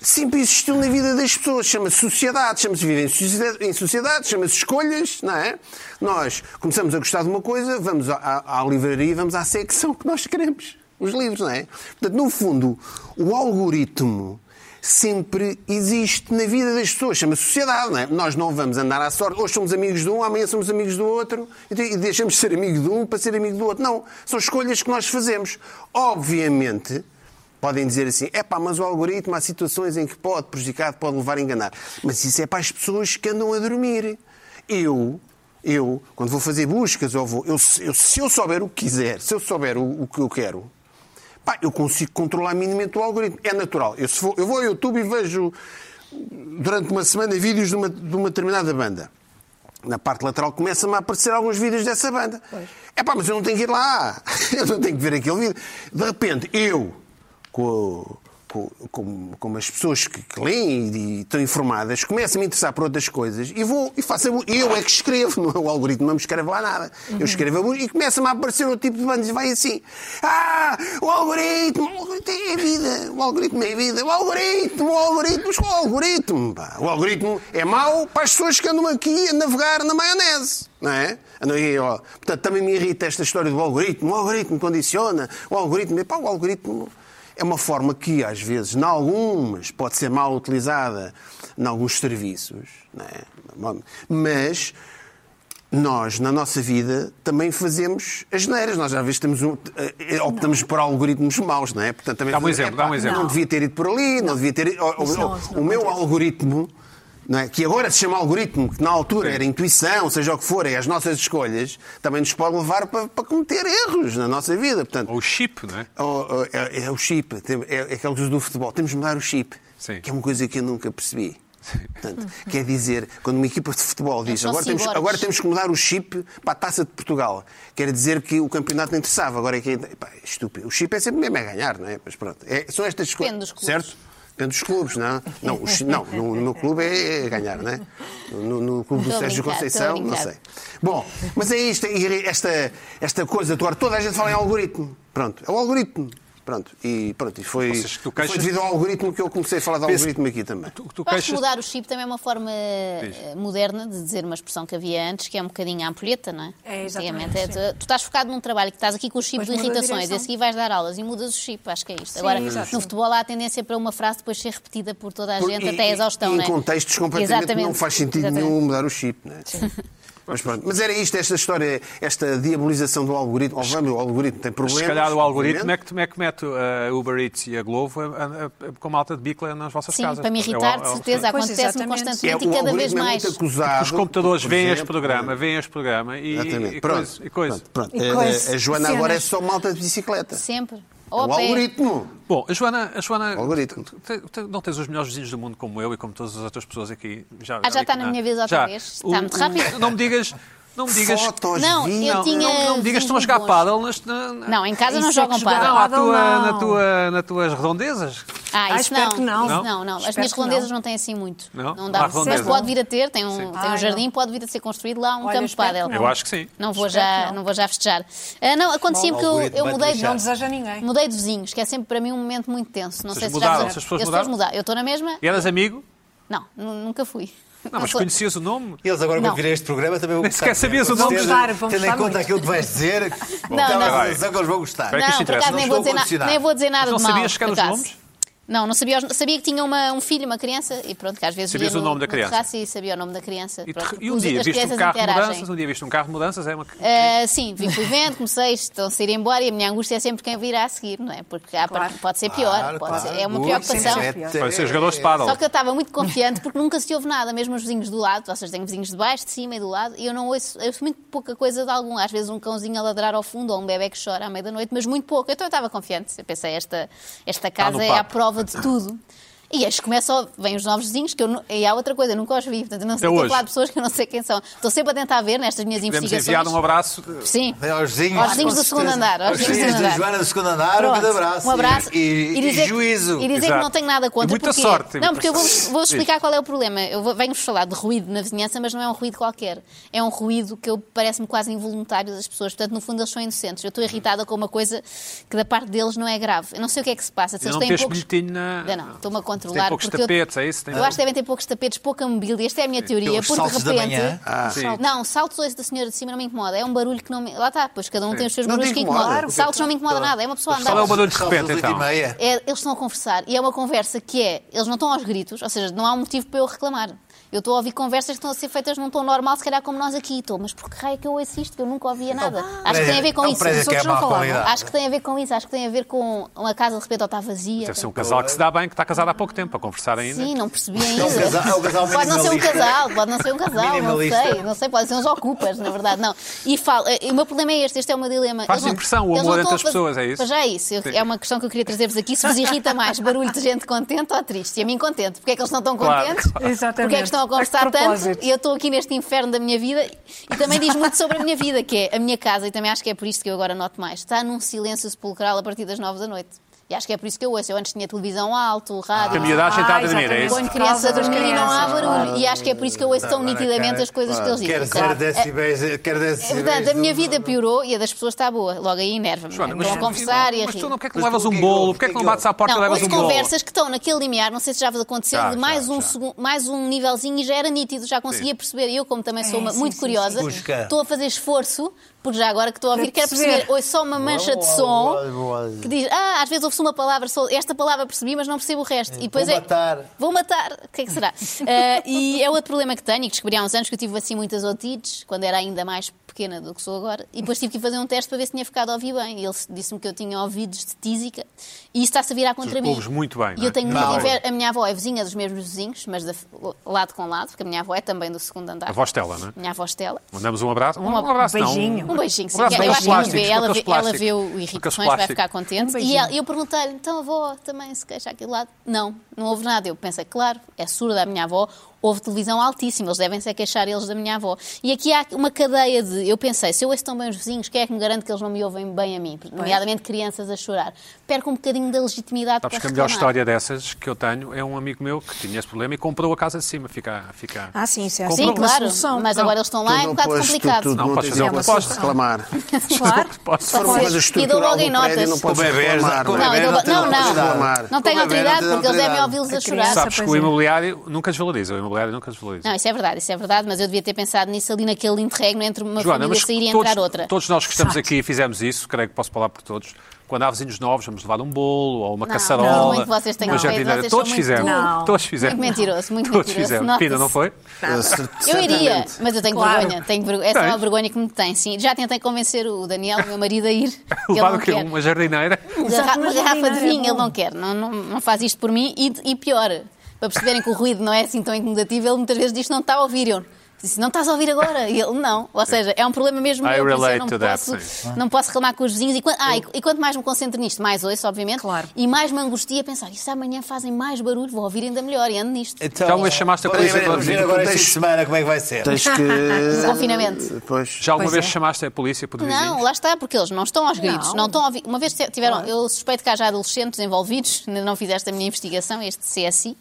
B: sempre existiu na vida das pessoas. Chama-se sociedade, chama-se viver em sociedade- em sociedade, chama-se escolhas, não é? Nós começamos a gostar de uma coisa, vamos à, à- à livraria e vamos à secção que nós queremos, os livros, não é? Portanto, no fundo, o algoritmo sempre existe na vida das pessoas, chama-se sociedade, não é? Nós não vamos andar à sorte, hoje somos amigos de um, amanhã somos amigos do outro, e te- e deixamos de ser amigo de um para ser amigo do outro. Não, são escolhas que nós fazemos. Obviamente, Podem dizer assim, é pá, mas o algoritmo há situações em que pode prejudicar, pode levar a enganar. Mas isso é para as pessoas que andam a dormir. Eu, eu, quando vou fazer buscas, ou vou, eu, eu- se eu souber o que quiser, se eu souber o, o que eu quero, pá, eu consigo controlar minimamente o algoritmo. É natural. Eu, se for- eu vou ao YouTube e vejo durante uma semana vídeos de uma, de uma determinada banda. Na parte lateral começam-me a aparecer alguns vídeos dessa banda. É pá, mas eu não tenho que ir lá. Eu não tenho que ver aquele vídeo. De repente, eu, com, com, com, com as pessoas que, que leem e, estão informadas, começo a me interessar por outras coisas e vou e faço a bu- Eu é que escrevo, não é o algoritmo não me escreve lá nada. Eu escrevo a bu- e começa-me a aparecer outro tipo de bandas e vai assim. Ah, o algoritmo, o algoritmo é vida, o algoritmo é vida, o algoritmo, o algoritmo, mas qual algoritmo? pá? O algoritmo é mau para as pessoas que andam aqui a navegar na maionese, não é? Andam aí, ó. Portanto, também me irrita esta história do algoritmo. O algoritmo condiciona, o algoritmo. Epá, o algoritmo é uma forma que, às vezes, em algumas, pode ser mal utilizada em alguns serviços, não é? mas nós, na nossa vida, também fazemos as neiras. Nós, às vezes, temos um- eh, optamos por algoritmos maus, não é? Portanto, também
A: Dá um
B: fazemos,
A: exemplo,
B: "Epá,
A: dá um exemplo."
B: Não devia ter ido por ali, não, devia ter ido... o- o-
D: Isso não,
B: o-
D: isso
B: o
D: não
B: meu
D: acontece.
B: algoritmo, não é? que agora se chama algoritmo, que na altura era intuição, seja o que for, é as nossas escolhas, também nos pode levar para, para cometer erros na nossa vida. Portanto,
A: Ou o chip, não é?
B: Oh, oh, é, é o chip, Tem- é, é aquela coisa do futebol. Temos de mudar o chip,
A: Sim.
B: que é uma coisa que eu nunca percebi. Portanto, quer dizer, quando uma equipa de futebol diz
C: são
B: agora temos,
C: ciborgues."
B: agora temos que mudar o chip para a taça de Portugal, quer dizer que o campeonato não interessava. Agora é que pá, é estúpido. O chip é sempre mesmo a ganhar, não é? Mas pronto, é- são estas
C: Depende
B: coisas.
C: dos clubes.
B: Certo? Depende dos clubes, não? é? Não, o chi- não no, no meu clube é, é ganhar, não é? No, no clube do
C: Estou a
B: Sérgio
C: brincar, estou a
B: Conceição, não
C: brincar.
B: sei. Bom, mas é isto, é esta, esta coisa, agora toda a gente fala em algoritmo. Pronto, é o algoritmo. Pronto, e, pronto, e foi,
A: Vocês, tu
B: foi
A: queixas-
B: devido ao algoritmo que eu comecei a falar de
A: Pensa-
B: algoritmo aqui também.
A: Tu, tu
C: Eu acho que
A: queixas...
C: mudar o chip também é uma forma eh, moderna de dizer uma expressão que havia antes, que é um bocadinho a ampulheta, não é?
D: É, exatamente,
C: Antigamente, é, tu, tu estás focado num trabalho que estás aqui com os chips
D: Depois
C: de
D: muda a
C: irritações e a
D: direção.
C: seguir vais dar aulas e mudas o chip, acho que é isto. Agora,
D: exato.
C: no futebol há a tendência para uma frase depois ser repetida por toda a
B: Por-
C: gente
B: e-
C: até a exaustão,
B: e,
C: não é?
B: Em contextos completamente
C: Exatamente,
B: não faz sentido
C: exatamente.
B: nenhum mudar o chip, não é? Mas pronto, mas era isto, esta história, esta diabolização do algoritmo. Ó, vamos, o algoritmo tem problemas.
A: Se calhar o algoritmo é
B: obviamente.
A: que, é que mete a Uber Eats e a Glovo a- a- a- com malta de bicla nas vossas
C: Sim,
A: casas.
C: para me
A: É o-
C: irritar, de
A: é o-
C: certeza,
D: Pois,
C: acontece-me
D: exatamente.
C: constantemente
B: É,
C: e
B: o
C: cada vez
B: algoritmo é
C: mais.
B: muito acusado,
A: Os computadores
B: por
A: veem este
B: exemplo.
A: programa, veem este programa e,
B: Exatamente.
A: e
B: pronto,
A: coisa. E coisa.
B: pronto, pronto.
D: E
B: A-
D: coisa.
B: A, Joana
D: Cenas.
B: agora é só malta de bicicleta.
C: Sempre.
B: É
C: Ou
B: o
C: a pé.
B: algoritmo.
A: Bom, a Joana, a Joana
B: Algoritmo.
A: te- te- não tens os melhores vizinhos do mundo como eu e como todas as outras pessoas aqui. Já,
C: Ah, já
A: vi
C: está
A: que
C: na
A: não.
C: minha vez outra
A: Já.
C: vez? Está muito rápido.
A: Não me digas. Não me digas.
B: Fotos,
C: Não,
B: vídeos.
C: eu
A: Não,
C: tinha
A: não, não me digas que estão a jogar
C: vizinhos
A: pádel nas- na- na-
C: Não, em casa não
D: Isso é que
C: jogam
D: jogar
C: pádel.
A: Não, à tua,
D: pádel,
A: na
D: não.
A: tua, na tuas redondezas.
C: Ah,
D: Ah,
C: isso
D: espero
C: não.
D: que não.
C: Isso
D: Não?
C: não, não. As
D: Espero
C: minhas
D: que não.
C: rondezas não. têm assim muito.
A: Não?
C: Não
A: Não
C: dá.
A: há
C: Mas
A: rondezas.
C: pode vir a ter, tem um, tem
D: Ah,
C: um
D: não.
C: jardim, pode vir a ser construído lá um
D: Olha,
C: campo de
D: espero que
C: pádel.
D: não.
A: Eu acho que sim.
C: Não vou
D: Espero
C: já,
D: que
C: não.
D: não.
C: vou já festejar. Ah, não, acontecia-me que eu,
E: algoritmo
C: eu
E: vai-te
C: mudei de
E: deixar.
D: Não deseja ninguém.
C: Mudei de vizinhos, que é sempre para mim um momento muito tenso. Não
A: Vocês
C: sei se
A: mudaram?
C: já
A: As pessoas
C: E
A: mudaram?
C: Eu estou na mesma?
A: E eras amigo?
C: Não, nu- nunca fui.
A: Não, mas é
C: sou-
A: conhecias o nome?
E: Eles agora,
C: Não.
E: quando virem este programa, também vão
A: Nem
E: gostar.
A: sequer sabias o
E: Com
A: nome.
E: certeza,
D: Vamos gostar, vamos
E: Tendo em
D: gostar
E: conta
D: muito.
E: aquilo que vais dizer,
C: Não,
E: então,
C: não.
E: elas- elas vão gostar.
A: que isso
C: Não, por
A: interessa?
C: acaso
A: Não
C: nem vou,
E: estou
C: dizer na,
E: condicionado.
C: nem vou dizer
A: Mas
C: nada
A: não
C: de mal.
A: sabias sequer
C: por
A: os
C: acaso.
A: nomes?
C: Não, não sabia. os- Sabia que tinha uma- um filho, uma criança, e pronto, que às vezes
A: Sabias
C: via
A: o
C: no-
A: nome da
C: no
A: criança?
C: terraço E sabia o nome da criança.
A: E,
C: Pronto,
A: te- e um
C: os-
A: dia
C: as
A: viste um
C: crianças
A: carro de
C: interagem.
A: mudanças, um dia viste um carro de mudanças, é uma...
C: Ah, sim, vi fui vendo, comecei, estão a sair embora e a minha angústia é sempre quem virá a seguir, não é? Porque há
D: Claro.
C: par- pode ser pior,
E: Claro,
C: pode
E: claro.
C: ser- é uma
E: Ui,
C: preocupação.
D: sim, sim.
A: Vai ser jogadores de pádel.
C: É. Só que eu estava muito confiante porque nunca se ouve nada, mesmo os vizinhos do lado, ou seja, tenho vizinhos de baixo, de cima e do lado, e eu não ouço, eu ouço muito pouca coisa de algum. Às vezes um cãozinho a ladrar ao fundo ou um bebê que chora à meia da noite, mas muito pouco. Então eu estava confiante. Eu pensei, esta, esta
A: no
C: casa é à
A: papo.
C: prova de tudo. E eles começam, vêm os novos vizinhos, que eu não- e há outra coisa, eu nunca os vi, portanto eu não
A: Até
C: sei, estou a
A: hoje.
C: falar de pessoas que eu não sei quem são. Estou sempre a tentar ver nestas minhas
A: Podemos
C: investigações.
A: enviar um abraço.
C: Sim.
E: Bem, Aos vizinhos,
C: Aos vizinhos
E: é, com
C: do segundo
E: certeza.
C: andar, aos
E: Aos
C: vizinhos do
E: vizinhos
C: segundo
E: da
C: andar.
E: Joana do segundo andar, um grande abraço.
C: Um abraço.
E: E, e-
C: dizer,
E: e juízo.
C: E dizer que
A: Exato.
C: não tenho nada contra.
A: E muita
C: Porquê?
A: sorte.
C: Não, porque eu vou- vou-vos explicar qual é o problema. Eu vou- venho-vos falar de ruído na vizinhança, mas não é um ruído qualquer. É um ruído que eu- parece-me quase involuntário das pessoas. Portanto, no fundo, eles são inocentes. Eu estou irritada com uma coisa que da parte deles não é grave. Eu não sei o que é que se passa. Se
A: E
C: eles
A: não
C: têm
A: tens
C: poucos...
A: bilhetinho na-
C: Não, não. Estou-me a controlar.
A: Tem poucos
C: porque eu-
A: tapetes, é isso? Tem-
C: Eu acho que devem ter poucos tapetes, pouca mobília. Esta é a minha teoria.
E: Pelos
C: Porque de
E: saltos da
C: repente...
E: manhã.
A: Ah, sim.
C: Não, saltos hoje da senhora de cima não me incomoda. É um barulho que não me. Lá está, pois cada um tem os seus
B: Não te
C: barulhos que
B: incomoda.
C: incomodam.
B: Claro.
C: Saltos não me incomoda nada. É uma pessoa a andar.
A: Qual é o barulho de
E: São
A: repente,
E: às oito e
A: então?
E: meia.
C: É, eles estão a conversar e é uma conversa que é, eles não estão aos gritos, ou seja, não há um motivo para eu reclamar. Eu estou a ouvir conversas que estão a ser feitas num tom normal, se calhar como nós aqui. Estou, mas por que raio é que eu ouço isto? Que eu nunca ouvia nada. Acho que tem a ver com
E: É um
C: isso.
E: prédio
D: Os
E: que é
D: outros não
E: má
D: falavam.
E: qualidade.
C: Acho que tem a ver com isso, acho que tem a ver com uma casa de repente ou está vazia.
A: Deve ser um casal que se dá bem, que está casado há pouco tempo, a conversar ainda.
C: Sim, não percebi ainda.
E: É um casal- é um casal
C: pode não ser um
E: minimalista.
C: casal, pode não ser um casal, não
E: Minimalista.
C: sei, não sei, podem ser uns ocupas, na verdade, não. E, falo, e o meu problema é este, este é o meu dilema.
A: Faz
C: Eles não-
A: impressão o
C: eles não
A: amor entre
C: estão a
A: as
C: fazer-
A: pessoas, é isso?
C: Pois já é isso, Eu- é uma questão que eu queria trazer-vos aqui, se vos irrita mais barulho de gente contente ou triste, e a mim contente, porque é que eles não estão
A: Claro.
C: contentes?
D: Exatamente.
C: Porque é que estão a conversar
D: A que propósito?
C: tanto e eu estou aqui neste inferno da minha vida e também diz muito sobre a minha vida, que é a minha casa, e também acho que é por isto que eu agora noto mais. Está num silêncio sepulcral a partir das nove da noite. E acho que é por isso que eu ouço. Eu antes tinha televisão alto, rádio.
A: Que a miudagem está a
D: Ah,
A: dormir, é
D: exatamente.
A: isso?
C: Ponho
D: Por
C: crianças
D: causa
C: a dormir
D: das
C: e não há
D: crianças,
C: barulho. E acho que é por isso que eu ouço tão nitidamente as coisas que eles dizem.
E: Quer
C: Claro.
E: zero decibéis, eh, quer
C: É,
E: decibéis.
C: Portanto, a minha vida piorou e a das pessoas está boa. Logo aí enerva-me.
A: Joana,
C: Estão a conversar e a
A: mas tu
C: rir.
A: não, porque é que não
E: Mas tu
A: levas
E: o que
A: um
E: é que
A: bolo?
E: ouves?
A: Porquê é que
E: O
A: não
E: que é que
A: bates à porta e
C: Não,
A: levas
C: houve
A: um bolo?
C: conversas que estão naquele limiar, não sei se já vos aconteceu,
A: Já,
C: de mais,
A: já,
C: um
A: já.
C: segundo- mais um nivelzinho e já era nítido, já conseguia perceber. E eu, como também sou uma-
D: sim,
C: muito
D: sim,
C: curiosa,
E: sim. Busca.
C: estou a fazer esforço, porque já agora que estou a ouvir,
D: Para
C: quero
D: perceber.
C: perceber. Ouço só uma mancha de
E: boa,
C: som
E: boa, boa.
C: que diz, ah, às vezes ouve-se uma palavra, só esta palavra percebi, mas não percebo o resto. E depois
E: Hum, Vou
C: é-
E: matar.
C: Vou matar. O que é que será? Eh, e é outro problema que tenho, e que descobri há uns anos que eu tive assim muitas otites, quando era ainda mais pequena do que sou agora, e depois tive que fazer um teste para ver se tinha ficado a ouvir bem. E ele disse-me que eu tinha ouvidos de tísica, e isso está-se a virar contra mim.
A: Ouves muito bem,
C: E
A: não é?
C: eu tenho muito
E: Não.
C: inveja. A minha avó é vizinha dos mesmos vizinhos, mas da- lado com lado, porque a minha avó é também do segundo andar.
A: A voz dela, não é?
C: Minha avó Estela.
A: Mandamos um abraço. Um, abraço,
D: beijinho.
A: não.
C: Um beijinho, sim.
A: Um abraço
C: Eu
A: daqueles
C: acho que ela
A: plásticos.
C: vê, ela
A: daqueles
C: vê, ela
A: plásticos.
C: vê o
A: Daqueles
C: irritações, vai
A: plásticos.
C: ficar contente.
D: Um
C: e
D: beijinho.
C: ela- eu perguntei-lhe, então a avó também se queixa aqui do lado? Não, não houve nada. Eu pensei, claro, é surda a minha avó. houve televisão altíssima, eles devem se queixar eles da minha avó. E aqui há uma cadeia de. Eu pensei, se eu ouço tão bem os vizinhos, quem é que me garante que eles não me ouvem bem a mim? Nomeadamente crianças a chorar. Perco um bocadinho da legitimidade
A: Sabes
C: para
A: que a melhor
C: reclamar.
A: história dessas que eu tenho é um amigo meu que tinha esse problema e comprou a casa de cima. Fica, fica...
D: Ah, sim, isso é
A: Comprou-
D: assim
C: Sim,
D: uma
C: claro,
D: solução.
C: mas agora eles estão lá, é um bocado complicado.
A: Não,
B: não
A: podes
B: tens
A: fazer
B: uma
A: uma
B: posso
A: proposta.
B: reclamar.
D: Claro.
B: Se for uma
C: Vocês-
B: coisa
C: e dou
B: estrutural
C: logo
B: do prédio,
C: em notas.
B: não podes
E: Com bebés,
B: reclamar.
E: com
B: não é?
C: Não, eu dou-
E: Não tem
C: não,
B: autoridade.
C: não. Não tem
E: Com bebê não
C: autoridade
E: tem
C: porque eles devem
E: autoridade.
C: ouvi-los a
D: A
C: chorar.
D: criança-
A: Sabes que
D: pois
A: o
D: é.
A: imobiliário nunca desvaloriza, o imobiliário nunca desvaloriza.
C: Não, isso é verdade, isso é verdade, mas eu devia ter pensado nisso ali naquele interregno entre uma
A: Joana,
C: família
A: mas
C: sair e
A: todos,
C: entrar outra.
A: todos nós que estamos aqui fizemos isso, creio que posso falar por todos. Quando há vizinhos novos, vamos levar um bolo ou uma
C: Não, não,
A: caçarola,
C: muito vocês têm
A: uma
C: feito,
A: jardineira.
C: vocês são
A: Todos
C: muito-
A: fizemos,
D: Não.
A: todos fizemos.
C: Muito mentiroso, muito
A: Todos
C: mentiroso,
A: fizemos.
C: nota-se.
A: Pina, não foi?
C: Eu iria, mas eu tenho
D: Claro.
C: vergonha. Tenho vergo- Essa é uma
A: Tens?
C: vergonha que me tem, sim. Já tentei convencer o Daniel, o meu marido, a ir. que ele
A: Levar
C: não
A: o quê?
C: quer.
A: Uma jardineira?
C: Garra-
D: Uma
C: uma garrafa de
D: jardineira é
C: vinho, ele
D: bom.
C: não quer, não, não, não faz isto por mim e, e pior, para perceberem que o ruído não é assim tão incomodativo, ele muitas vezes diz que não está a ouvir. Eu disse, não estás a ouvir agora? E ele, não. Ou seja, é um problema mesmo
A: I
C: meu, por isso
A: relate
C: eu não
A: to that,
C: posso,
A: sim.
C: não posso reclamar com os vizinhos. E, quan- ah, e, e quanto mais me concentro nisto, mais ouço, obviamente,
D: Claro.
C: e mais me angustia pensar, e se amanhã fazem mais barulho, vou ouvir ainda melhor e ando nisto.
A: Então, mas chamaste a
E: vamos
A: polícia
E: ver-
A: para
E: Vamos ver
A: dizer-
E: agora esta
B: Tens-
E: semana como é que vai ser.
C: Então,
B: Tens que.
C: Confinamento.
B: Pois.
A: Já alguma
D: Pois
A: vez
D: é.
A: chamaste a polícia por vizinhos?
C: Não, lá está, porque eles não estão aos gritos. Não,
D: Não.
C: estão a ouvir. Uma vez tiveram, eu suspeito que haja adolescentes envolvidos, ainda não fizeste a minha investigação, este CSI,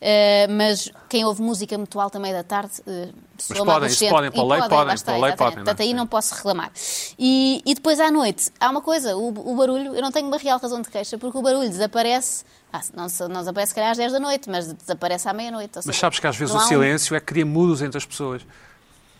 C: eh, mas quem ouve música muito alta à meia da tarde, eh, se
A: Mas
C: for uma
A: podem, isso
C: adolescente-
A: podem, pela
C: e
A: lei podem,
C: lá está,
A: pela lei
C: exatamente.
A: podem, não é?
C: Portanto, aí
A: Sim.
C: não posso reclamar. E, e depois à noite, há uma coisa, o, o barulho, eu não tenho uma real razão de queixa, porque o barulho desaparece, ah, não, se- não desaparece se calhar às 10 da noite, mas desaparece à meia-noite. ou
A: Mas
C: seja,
A: sabes que às vezes
C: não
A: o
C: há um-
A: silêncio é que cria muros entre as pessoas.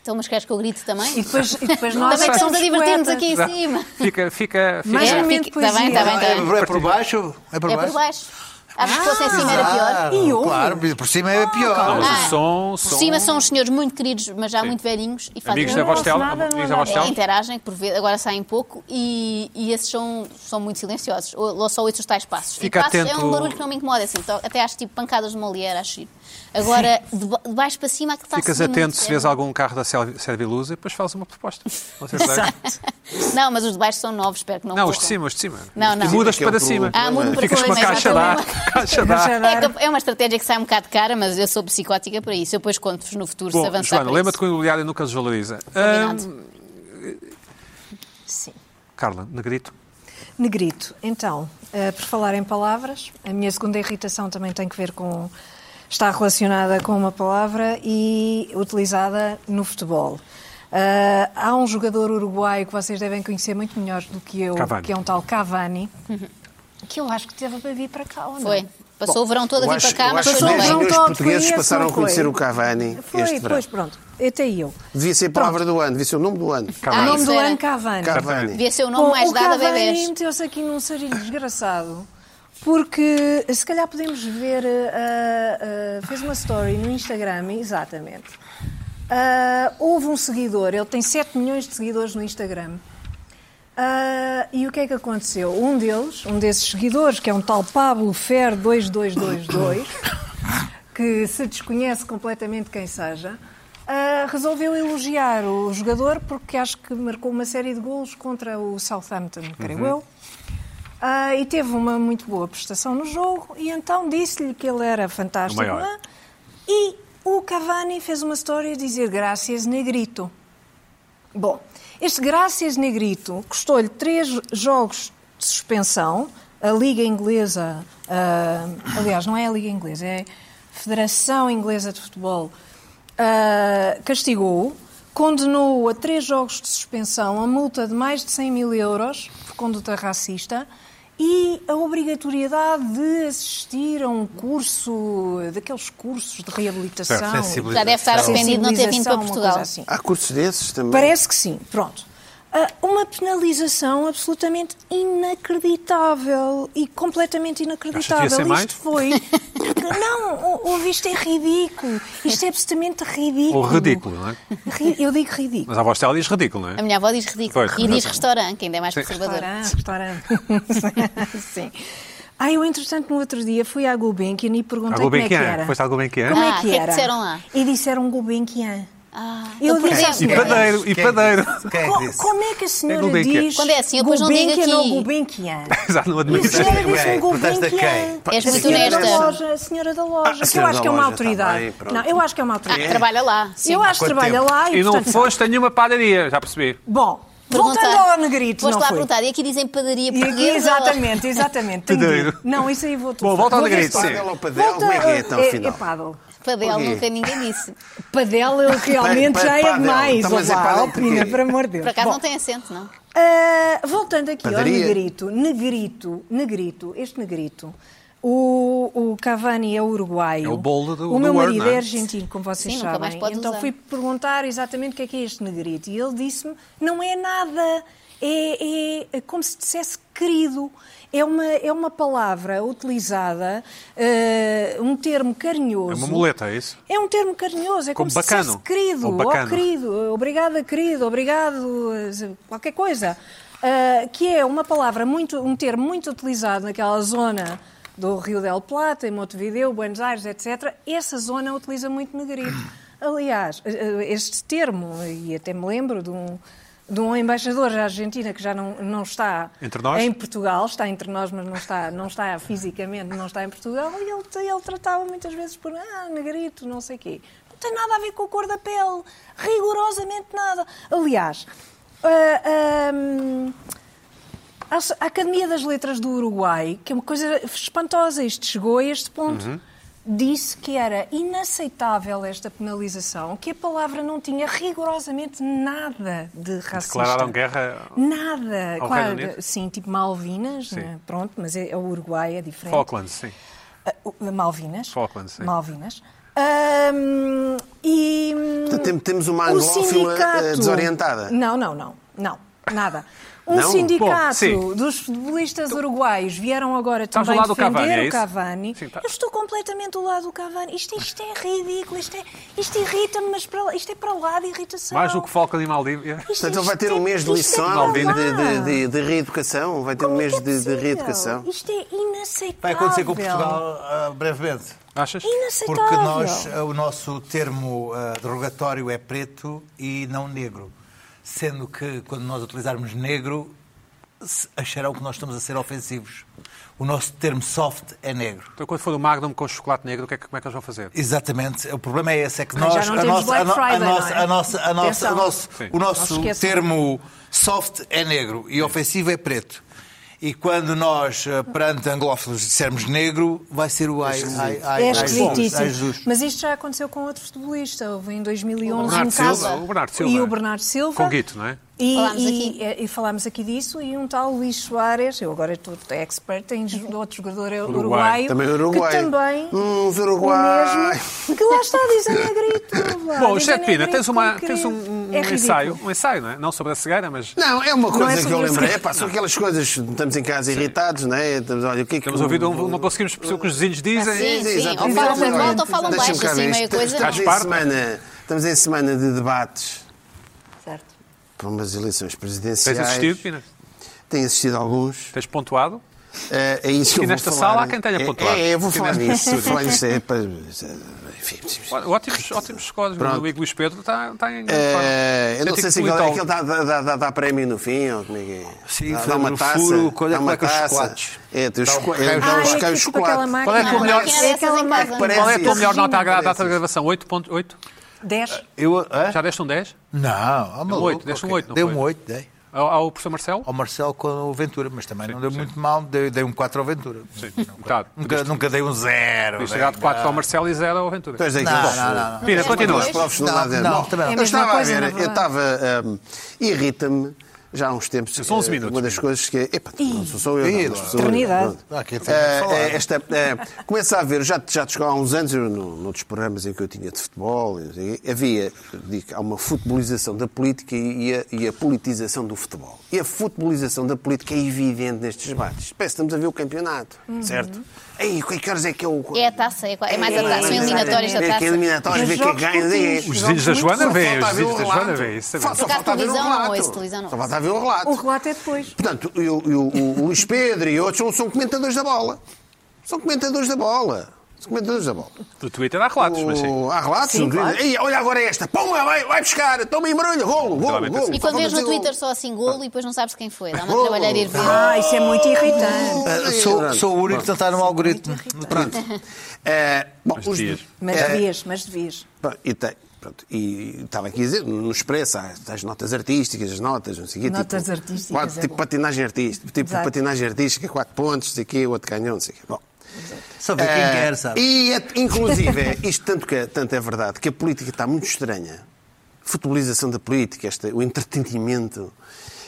C: Então, mas queres que eu grite também?
D: E depois, e depois nós
C: também
D: que
C: estamos a
D: somos
C: divertir-nos
D: poetas.
C: aqui em cima.
A: Fica, fica, fica.
D: Mais
C: É,
D: um momento de
C: fica- tá bem,
D: poesia.
C: tá bem, tá bem.
E: É por baixo? É por
C: É por
E: baixo? Ah,
C: baixo. Acho que se fosse em cima era pior.
E: Claro,
D: E ouve?
E: Claro, por cima é pior.
A: Não, mas
C: Ah,
A: o som,
C: Por
A: som...
C: cima são uns senhores muito queridos, mas já muito velhinhos e fazem
A: Amigos da
D: Eu não
A: Vostela,
D: ouço nada,
A: amigos da
D: não ouço
C: É,
A: Vostela.
C: interagem, por vezes, agora saem pouco e, e esses são, são muito silenciosos. Ou, ou só ouço os tais passos.
A: Fica
C: e passos é
A: atento.
C: um barulho que não me incomoda, assim, então, até acho tipo pancadas de molière, acho. giro. Agora, de, ba- de baixo para cima, aquilo está
A: Ficas
C: assim muito
A: atento se vês
C: sério.
A: algum carro da Selvi- Servilusa e depois fazes uma proposta. Não, sei se é.
C: Não, mas os de baixo são novos, espero que não
A: Não, os de
C: corram.
A: cima, os de cima.
C: Um Não, não.
A: E mudas
B: Sim, é que é
A: para
B: o
A: cima.
B: problema.
C: Ah, mudo para
A: Ficas com uma
C: cima,
A: caixa de ar.
C: exatamente.
A: Caixa de ar.
C: É, cap- é uma estratégia que sai um bocado cara, mas eu sou psicótica para isso. Eu depois conto-vos no futuro se
A: Bom,
C: avançar.
A: Joana,
C: para
A: lembra-te
C: isso.
A: que o imobiliário nunca desvaloriza.
C: Combinado.
A: Hum,
D: Sim.
A: Carla, negrito.
D: Negrito, então, eh, por falar em palavras, a minha segunda irritação também tem que ver com. está relacionada com uma palavra e utilizada no futebol. Ah, há um jogador uruguaio que vocês devem conhecer muito melhor do que eu,
A: Cavani.
D: que é um tal Cavani, que eu acho que teve para vir para cá, ou não?
C: Uhum. Foi. Passou o verão todo
B: Eu
C: a vir para
B: acho-
C: cá,
B: eu
C: mas
B: acho
C: foi
B: que
C: bem.
D: Passou o
B: os
D: verão
B: meus
D: todo,
B: portugueses
D: conheço,
B: passaram
D: não
B: a conhecer
D: foi.
B: o Cavani
D: Foi,
B: este verão.
D: pois, pronto. Até eu.
B: Devia ser a palavra do ano, devia ser o nome do ano.
C: Ah,
D: O nome
C: isso
D: do
C: era-
D: ano Cavani.
B: Cavani.
C: Devia ser o nome mais
D: Oh, o
C: dado a
D: Cavani
C: bebés.
D: meteu-se aqui num sarilho desgraçado. Porque eh, se calhar podemos ver, ah, ah, fez uma story no Instagram, exatamente. Ah, houve um seguidor, ele tem 7 milhões de seguidores no Instagram. Ah, e o que é que aconteceu? Um deles, um desses seguidores, que é um tal Pablo Fer 2222, que se desconhece completamente quem seja, ah, resolveu elogiar o jogador porque acho que marcou uma série de golos contra o Southampton, creio
A: Uhum.
D: eu. Ah, e teve uma muito boa prestação no jogo e então disse-lhe que ele era fantástico.
A: O maior.
D: lá. E o Cavani fez uma história a dizer graças negrito. Bom, este Gracias Negrito custou-lhe três jogos de suspensão. A Liga Inglesa, ah, aliás, não é a Liga Inglesa, é a Federação Inglesa de Futebol, ah, castigou-o, condenou-o a três jogos de suspensão, a multa de mais de 100 mil euros por conduta racista e a obrigatoriedade de assistir a um curso, daqueles cursos de reabilitação.
A: Certo, sensibilização.
C: Já deve estar arrependido de não ter vindo
D: sensibilização,
C: para
D: uma
C: Portugal.
D: coisa assim.
B: Há cursos desses também.
D: Parece que sim, pronto. Ah, uma penalização absolutamente inacreditável e completamente inacreditável.
A: Achas que devia ser
D: Isto foi. não, ou- ouve, isto é ridículo. Isto é absolutamente ridículo.
A: Ou ridículo, não é?
D: Ri- Eu digo ridículo.
A: Mas a Vostela diz ridículo, não
C: A
A: é?
C: minha avó diz ridículo.
A: Pois,
C: e diz
A: razão.
C: restaurante, que ainda é mais perturbador.
D: Restaurante, restaurante. sim. Ah, eu, entretanto, no outro dia fui à Gulbenkian e perguntei
A: À
D: como é que
A: Gulbenkian?
D: era.
A: Foste à Gulbenkian?
D: Como
C: Ah,
D: é
C: o
D: que
C: que é que
D: era?
C: disseram lá?
D: E disseram Gulbenkian. eu
C: Ah, por
D: disse
C: exemplo-
D: assim,
A: E padeiro, e
E: Quem é que
A: padeiro.
E: disse? Quem é que
D: "Co-
E: disse?
D: como é que a senhora
A: Gulbenkian.
D: diz
C: Quando é assim, eu depois não digo
D: Gulbenkian ou
C: aqui.
D: Gulbenkian?
A: Exato, não
D: E a
C: é
A: admito.
B: é.
D: senhora disse
E: Quem?
D: um
E: Perguntaste a
D: Gulbenkian.
E: quem?
C: És
D: A
C: muito
D: senhora da
C: honesta.
D: loja, a senhora da loja, que eu
B: senhora
D: acho
B: da
D: que é uma
B: loja, tá
D: autoridade.
B: bem, pronto.
D: não, eu acho que é uma autoridade.
C: Ah, Trabalha lá. Sim.
D: Eu acho que
E: Quanto
D: trabalha
E: tempo?
D: lá e,
A: E não
D: portanto,
A: foste a nenhuma padaria, já percebi.
D: Bom, voltando
C: Perguntar-
D: ao negrito,
C: Foste
D: não
C: lá
D: foi?
C: perguntar, e aqui dizem padaria
D: E
C: portuguesa?
D: aqui, exatamente, exatamente. tenho
A: Padeiro.
D: dito. Não, isso aí vou tudo.
A: Bom, volta ao negrito, sim.
B: Padel ou padel, como é que é então,
D: é, é
B: afinal?
D: pádel.
C: Padel
B: Porquê?
C: nunca ninguém disse.
D: Padel eu realmente
B: Pa- pa-
D: já é
B: pádel.
D: demais.
B: Então, mas é
D: Olá,
B: pádel
D: Alpina,
B: porquê?
D: por amor de Deus.
C: Por acaso
D: Bom,
C: não tem acento, não?
D: ah, voltando aqui
B: Padaria.
D: ao negrito, negrito, negrito, este negrito. O, o Cavani é uruguaio.
A: É o bolo do-
D: O meu
A: do Word,
D: marido
A: não é?
D: é argentino, como vocês
C: Sim, nunca
D: sabem.
C: mais podes
D: então
C: usar.
D: fui perguntar exatamente o que é que é este negrito. E ele disse-me: não é nada. É, é como se dissesse querido. É uma, é uma palavra utilizada, eh, um termo carinhoso.
A: É uma muleta, é isso?
D: É um termo carinhoso, é
A: Como
D: como,
A: bacano.
D: se fosse querido,
A: Ou
D: ou
A: bacano.
D: querido, obrigada, querido, obrigado, eh, qualquer coisa. Ah, que é uma palavra muito, um termo muito utilizado naquela zona do Rio del Plata, em Montevideo, Buenos Aires, etc. Essa zona utiliza muito negrito. Aliás, eh, eh, este termo, e até me lembro de um, de um embaixador da Argentina que já não, não está
A: Entre nós?
D: em Portugal, está entre nós, mas não está, não está fisicamente, não está em Portugal, e ele, ele tratava muitas vezes por ah, negrito, não sei quê. Não tem nada a ver com a cor da pele, rigorosamente nada. Aliás, ah, ahm, a, a Academia das Letras do Uruguai, que é uma coisa espantosa, isto chegou a este ponto. Disse que era inaceitável esta penalização, que a palavra não tinha rigorosamente nada de racista.
A: Declararam guerra.
D: Nada,
A: Ao
D: claro,
A: Reino Unido?
D: sim, tipo Malvinas, né? pronto, mas é, é o Uruguai, é diferente.
A: Falklands, sim.
D: Ah, o- Malvinas.
A: Falklands, sim.
D: Malvinas. Ahm, e.
B: Portanto, tem- temos uma
D: o
B: anglófila, eh,
D: sindicato-
B: desorientada.
D: Não, não, não, não, nada. Um
B: Não?
A: Bom,
D: sindicato
A: sim. Então,
D: dos futebolistas uruguaios vieram agora
A: Estás
D: também
A: do lado do
D: defender
A: Cavani, é
D: o
A: isso?
D: Cavani.
A: Sim, tá.
D: Eu estou completamente do lado do Cavani. Isto, isto é ridículo, isto, é, isto irrita-me, mas para, lá- isto é para lá de irritação.
A: Mais do que Falkland e Maldivas.
D: Isto-
B: Portanto, ele vai
D: isto
B: ter
D: é-
B: um mês de
D: isto é
B: lição, de,
D: para lá.
B: de, de, de reeducação. Vai ter um
D: Como é
B: mês
D: que é
B: de, de
D: possível?
B: reeducação.
D: Isto é inaceitável. É
E: Vai acontecer com Portugal ah, brevemente.
A: Achas?
D: Inaceitável.
E: Porque nós, ah, o nosso termo ah, derogatório é preto e não negro. Sendo que quando nós utilizarmos negro, se- acharão que nós estamos a ser ofensivos. O nosso termo soft é negro.
A: Então, quando for o Magnum com chocolate negro, o que é que- como é que eles vão fazer?
E: Exatamente. O problema é esse, é que
D: Mas
E: nós,
D: já não temos Black
E: a no-
D: Friday,
E: a nossa-
D: não é?
E: a nossa- a nossa-
D: Atenção.
E: o nosso,
A: Sim.
E: o
D: Não
E: nosso
D: se esqueçam.
E: termo soft é negro e ofensivo é preto. E quando nós, eh, perante anglófilos, dissermos negro, vai ser o ai, ai, ai,
D: É
E: ai, Jesus, ai,
D: esquisitíssimo.
E: Jesus.
D: Mas isto já aconteceu com outro futebolista. Houve em
A: O
D: 2011
A: Bernardo
D: um
A: Silva,
D: caso.
A: o Bernardo Silva. é.
D: E o Bernardo Silva.
A: Com Guito, não é?
D: E,
C: Falámos
D: e- e falámos aqui disso. E um tal Luís Soares, eu agora estou expert em ju- outro jogador uruguaio.
B: Também uruguaio.
D: Que também.
B: Hum, os uruguaios.
D: o mesmo, que lá está, dizem negrito.
C: Ah,
D: lá,
A: Bom,
D: dizem
A: José de Pina,
D: negrito
A: tens, uma,
D: como
A: tens um,
D: querido.
A: um- um
D: É ridículo.
A: ensaio, um ensaio, não é? Não sobre a cegueira, mas
B: Não, é uma coisa
D: é
B: que eu
D: sobre isso.
B: lembrei. É, pá, são aquelas coisas, estamos em casa irritados, não é? Estamos, olha, o que é que
A: temos
B: o-
A: ouvido,
B: o-
A: um- não conseguimos perceber o que os vizinhos dizem.
C: Sim, sim,
B: exatamente.
C: ou falam muito alto ou falam
B: Deixa-me
C: baixo,
B: cá
C: assim,
B: ver
C: meio
B: isto.
C: coisa.
B: Estamos,
A: Faz
B: em semana, estamos em semana de debates
C: Certo.
B: para umas eleições presidenciais.
A: Tens assistido, Pina?
B: Tenho assistido alguns.
A: Tens pontuado?
B: É, é isso que eu
A: E
B: vou
A: nesta
B: falar.
A: sala há quem tenha
B: É,
A: pontuado.
B: É, eu vou
A: Aqui
B: falar
A: neste
B: nisso.
A: estúdio.
B: Vou falar nisso. É, para- enfim.
A: Ó- Ótimos, ótimos scores. O
B: Pronto.
A: amigo Luís Pedro está, está em. grande forma.
B: É, eu não sei se aquilo,
A: Politólogo.
B: aquilo dá, dá, dá, dá, dá prémio no fim ou como é que é.
E: Sim,
B: dá,
E: fazer
B: dá uma
E: o
B: taça.
E: furo, qual é-
B: dá
E: como é
B: uma
E: que é os
B: taça.
E: chocolates?
B: É, tem os
E: Dá um
B: chocolates.
E: creme,
B: Eles
E: dá
B: dão
E: um
D: Ah,
B: os
D: é
B: caras
D: tipo aquela
B: chocolate.
A: Qual é a tua
D: máquina-
A: melhor-
D: É aquela
C: Qual é a tua
D: máquina-
A: Qual é a tua
B: Parece
A: melhor
B: isso.
A: nota à gra- à data
B: Parece
A: da gravação? 8.8?
D: 10.
E: Eu, hã?
A: Já deste um 10?
E: Não, há maluco,
A: oito, deste um
E: ok.
A: oito, não
E: Dei
A: foi?
E: um 8, dei.
A: Ao, ao professor Marcelo?
E: Ao Marcelo com o Ventura, mas também não deu muito mal, dei, dei um 4 ao Ventura.
A: Metade.
E: Nunca, nunca dei um 0.
A: Tens chegado 4 ao Marcelo e 0 ao Ventura.
B: Depois daí que
E: Não,
B: os-
E: não, não, não.
A: Pina, continua.
B: Os profs não,
E: Não,
B: dá dentro.
E: não,
B: Bom,
E: também não. É a
B: Eu
D: mesma
B: estava
D: coisa,
B: a
D: na
B: ver, eu
D: verdade.
B: estava. hum, Irrita-me já há uns tempos.
A: São 11
B: eh,
A: minutos,
B: Uma das
A: Pina.
B: coisas que é. Epá, não sou só eu. não,
E: Ih,
B: mas
E: lá.
B: sou eu.
D: Eternidade.
B: Pronto.
E: Ah, aqui tem que
B: Eh,
E: falar.
B: eh, esta, eh, começa a haver, já, já te chegou há uns anos, eu, no- noutros programas em que eu tinha de futebol, e não sei o quê, havia, digo, há uma futebolização da política e a, e a politização do futebol. E a futebolização da política é evidente nestes debates. Parece que estamos a ver o campeonato, certo? Ei, que horas é que é o...
C: É a taça, é, qua- é mais a taça, são eliminatórias da
B: Vê é, que é
C: taça.
B: eliminatórias, vê
D: Os
B: quem
D: jogos
B: ganha. ninguém-
D: curtinhos.
A: Os vizinhos da
D: Muito
A: Joana veem, os
B: falta haver
A: vizinhos
B: o
A: da Joana
B: relato.
A: veem isso. é
B: Só
A: sabemos.
C: Por acaso,
B: falta haver o
C: televisão não
B: relato.
C: ouço, televisão não
B: Só
C: ouço.
B: falta haver o
D: O
B: relato.
D: relato é depois.
B: Portanto, e o, e o- o- o Luís Pedro e outros são, são comentadores da bola. São comentadores da bola. Os comentadores da bola.
A: No Twitter há relatos, mas sim.
B: O- Há relatos?
D: Sim,
B: um grito,
D: claro.
B: "Ei, olha agora esta, pomba, vai, vai buscar, toma em barulho, golo, golo,
A: Geralmente
B: golo.
A: assim.
C: E quando
B: Falta
C: vês no
B: fazer
C: Twitter
B: golo.
C: só assim golo e depois não sabes quem foi. Dá uma
B: Golo.
C: trabalhar ir ver.
D: Ah, isso é muito irritante.
E: Ah, sou, sou o único que não está no algoritmo.
B: Pronto. Eh, bom,
A: Mas
B: os-
A: dias.
D: Mas
B: É.
D: devias, mas devias.
B: Pronto, E tem- pronto, e estava aqui a dizer, no Expresso, há as notas artísticas, as notas, não sei o quê.
D: Notas artísticas,
B: Quatro,
D: é
B: tipo
D: bom.
B: patinagem artística, tipo
D: Exato.
B: patinagem artística, quatro pontos, não sei o quê, outro canhão, não sei o quê. Bom.
E: Só ver quem
B: Eh,
E: quer, sabe?
B: E, é- inclusive, é isto tanto, que, tanto é verdade, que a política está muito estranha. Futebolização da política, esta- o entretenimento,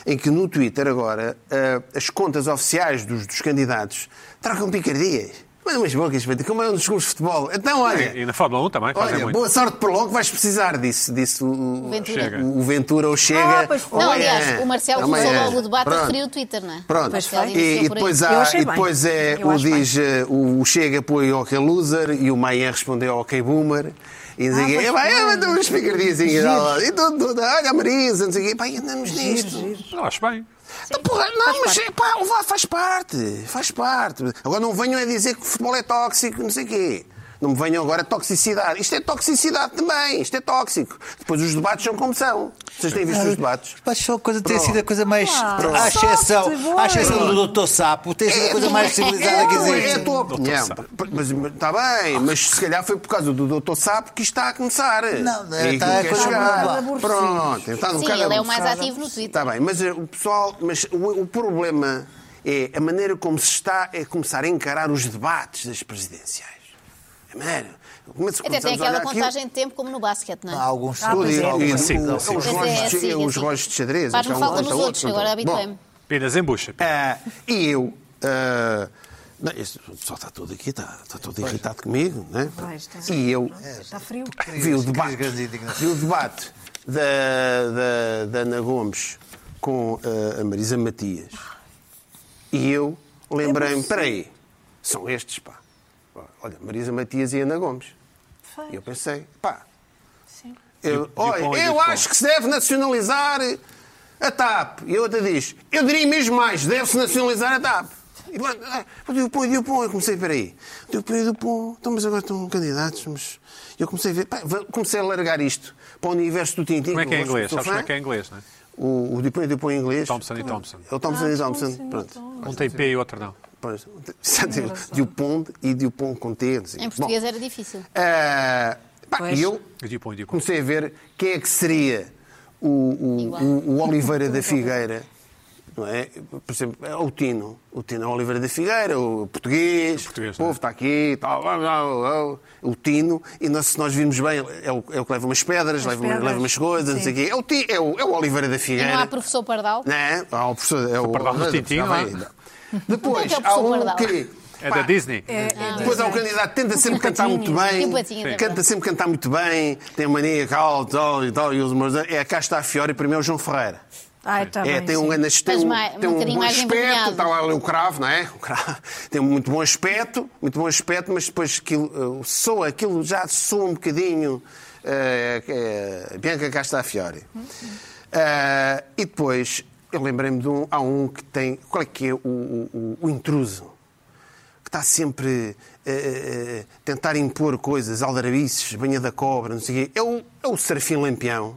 B: em que no Twitter agora eh, as contas oficiais dos, dos candidatos trocam picardias. Mas umas bocas, como é um discurso de futebol. Então, olha...
A: E na Fórmula 1 também fazem
B: Olha,
A: muito.
B: boa sorte para logo, vais precisar disso. disso o,
C: Ventura.
A: Chega.
B: o Ventura ou chega.
D: Ah, pois foi.
B: ou
C: Não,
B: é-
C: aliás, o Marcelo
B: amanhã.
C: começou logo o debate a
B: Pronto.
C: referir o Twitter, não é?
B: Pronto,
C: Pois foi,
B: e, e
C: iniciou por aí.
B: depois,
D: Eu
B: há,
D: achei
B: e
D: bem.
B: depois é,
D: Eu
B: o,
D: acho bem.
B: diz, eh, o Chega põe OK Loser e o Maia respondeu OK Boomer. E não sei o quê.
D: pois
B: E vai,
D: foi.
B: ah, manda umas picardiazinhas.
D: Giro.
B: lá, lá. E tudo, tudo, olha a Marisa, não sei o quê. Pá, e andamos nisto.
A: Não, acho bem.
B: Tá, porra, não, mas é, pá, vá, faz parte, faz parte. Agora não venham a dizer que o futebol é tóxico, não sei o quê. Não me venham agora toxicidade. Isto é toxicidade também, isto é tóxico. Depois os debates são como são. Vocês têm visto os debates?
E: Mas só a coisa tem sido a coisa mais.
D: Pronto.
E: À exceção,
D: Soft Ah, boy. É
E: à exceção do Dr. Sapo, tem
C: É
E: sido a coisa mais civilizada que
B: É a
E: existe.
B: tua opinião. Mas está bem, mas se calhar foi por causa do Dr. Sapo que está a começar.
E: Não,
B: É aí que
C: tá
E: está
B: eu
E: a
B: quero
E: coisa
B: chegar.
D: aborrecido.
B: Pronto, está um
C: Sim,
B: bocado
C: ele é o mais
B: aborrecido.
C: ativo no Twitter.
B: Está bem, mas eh, o pessoal, mas o, o problema é a maneira como se está a começar a encarar os debates das presidenciais. A maneira. Como é que se
C: Até tem
B: começamos a
C: aquela
B: olhar aquilo?
C: contagem de tempo como no basquete, não
E: Há
C: é?
E: alguns
D: Ah, pois
B: Tudo,
E: estudos,
B: e-
D: é.
E: alguns-
B: e-
A: Sim,
B: e-
A: sim, sim.
B: os rolos de-
C: Mas é assim,
B: Os
C: assim.
B: rolos de xadrez.
C: Faz-me
B: um
C: falta
B: contra
C: nos
B: outro,
C: outros, que
B: contra
C: agora
B: outro. Bom,
C: habituei-me.
A: Apenas em bucha.
B: ah, e eu. ah, não, este pessoal está todo aqui, está, está todo irritado comigo, né?
D: Vai, está. É,
B: E eu
D: Está frio.
B: vi o debate,
E: Crise grande indignação.
B: vi o debate da, da, da Ana Gomes com ah, a Marisa Matias e eu lembrei-me: peraí, são estes, pá. Olha, Marisa Matias e Ana Gomes. E eu pensei: pá, eu, olha,
A: Dupont e
B: eu
A: Dupont.
B: acho que se deve nacionalizar a TAP. E a outra diz, eu diria mesmo mais, deve-se nacionalizar a TAP. E pronto, ah, o Dupont, o Dupont, eu comecei, peraí, o Dupont e o Dupont, então, mas agora estão candidatos, mas... Eu comecei a ver, pá, va- comecei a largar isto para o universo do Tintin.
A: Como é que é em
B: eu gosto,
A: inglês?
B: sou
A: Sabes como
B: fã.
A: é que é em inglês, não é?
B: O, o Dupont e o Dupont em inglês.
A: Thompson e Thompson.
B: É o Thompson e Thompson, pronto.
A: Um tem P e outro não.
B: Pois, exato, Dupont e Dupont com T. não sei.
C: Em português era difícil.
B: Bom, ah, pá,
D: Pois.
B: e eu
A: E Dupont e um Dupont.
B: comecei a ver quem é que seria o, o, o- o Oliveira da Figueira. Não é? Por exemplo, é o Tino. O Tino é o Oliveira da Figueira, o português, o,
A: português, não
B: povo
A: é?
B: está aqui, tal, blá, blá, blá, blá. o Tino. E nós, se nós virmos bem, é o, é o que leva umas pedras, leva, umas-
D: pedras,
B: leva umas coisas, não sei o quê. É o, Ti- é o, é o Oliveira da
C: E
B: Figueira.
C: não há professor Pardal.
B: Não é? Há o professor. É o
A: Pardal do
B: Oliveira,
A: Tintim,
B: já
A: não é?
B: vai ainda. Depois,
C: que é o
B: há
C: professor
B: um
C: Pardal?
B: que.
A: É
B: pá,
A: da Disney.
C: Ah,
B: depois há um candidato que tenta sempre cantar muito
C: E
B: bem.
C: o Patinhas, é
B: Canta
C: verdade.
B: sempre cantar muito bem. Tem mania calma, tal e tal. E os meus... É cá está a Fiore e para mim é o João Ferreira.
D: Ai, está
B: é,
D: Ah, tá bem.
B: tem um,
D: sim.
B: grande- tem
C: Tá Mas
B: um,
C: mais- um
B: tem um
C: bocadinho
B: bom
C: mais
B: aspecto,
C: envergonhado.
B: está lá ali o cravo, não é? O cravo. Tem um muito bom aspecto, muito bom aspecto, mas depois aquilo, eh, soa, aquilo já soa um bocadinho. eh, eh, Bianca cá está a Fiore. Eh, e depois, eu lembrei-me de um, há um que tem. Qual é que é o, o- o- o intruso? que está sempre a tentar impor coisas, aldrabices, banha da cobra, não sei o quê, é o, é o Serafim Lampião,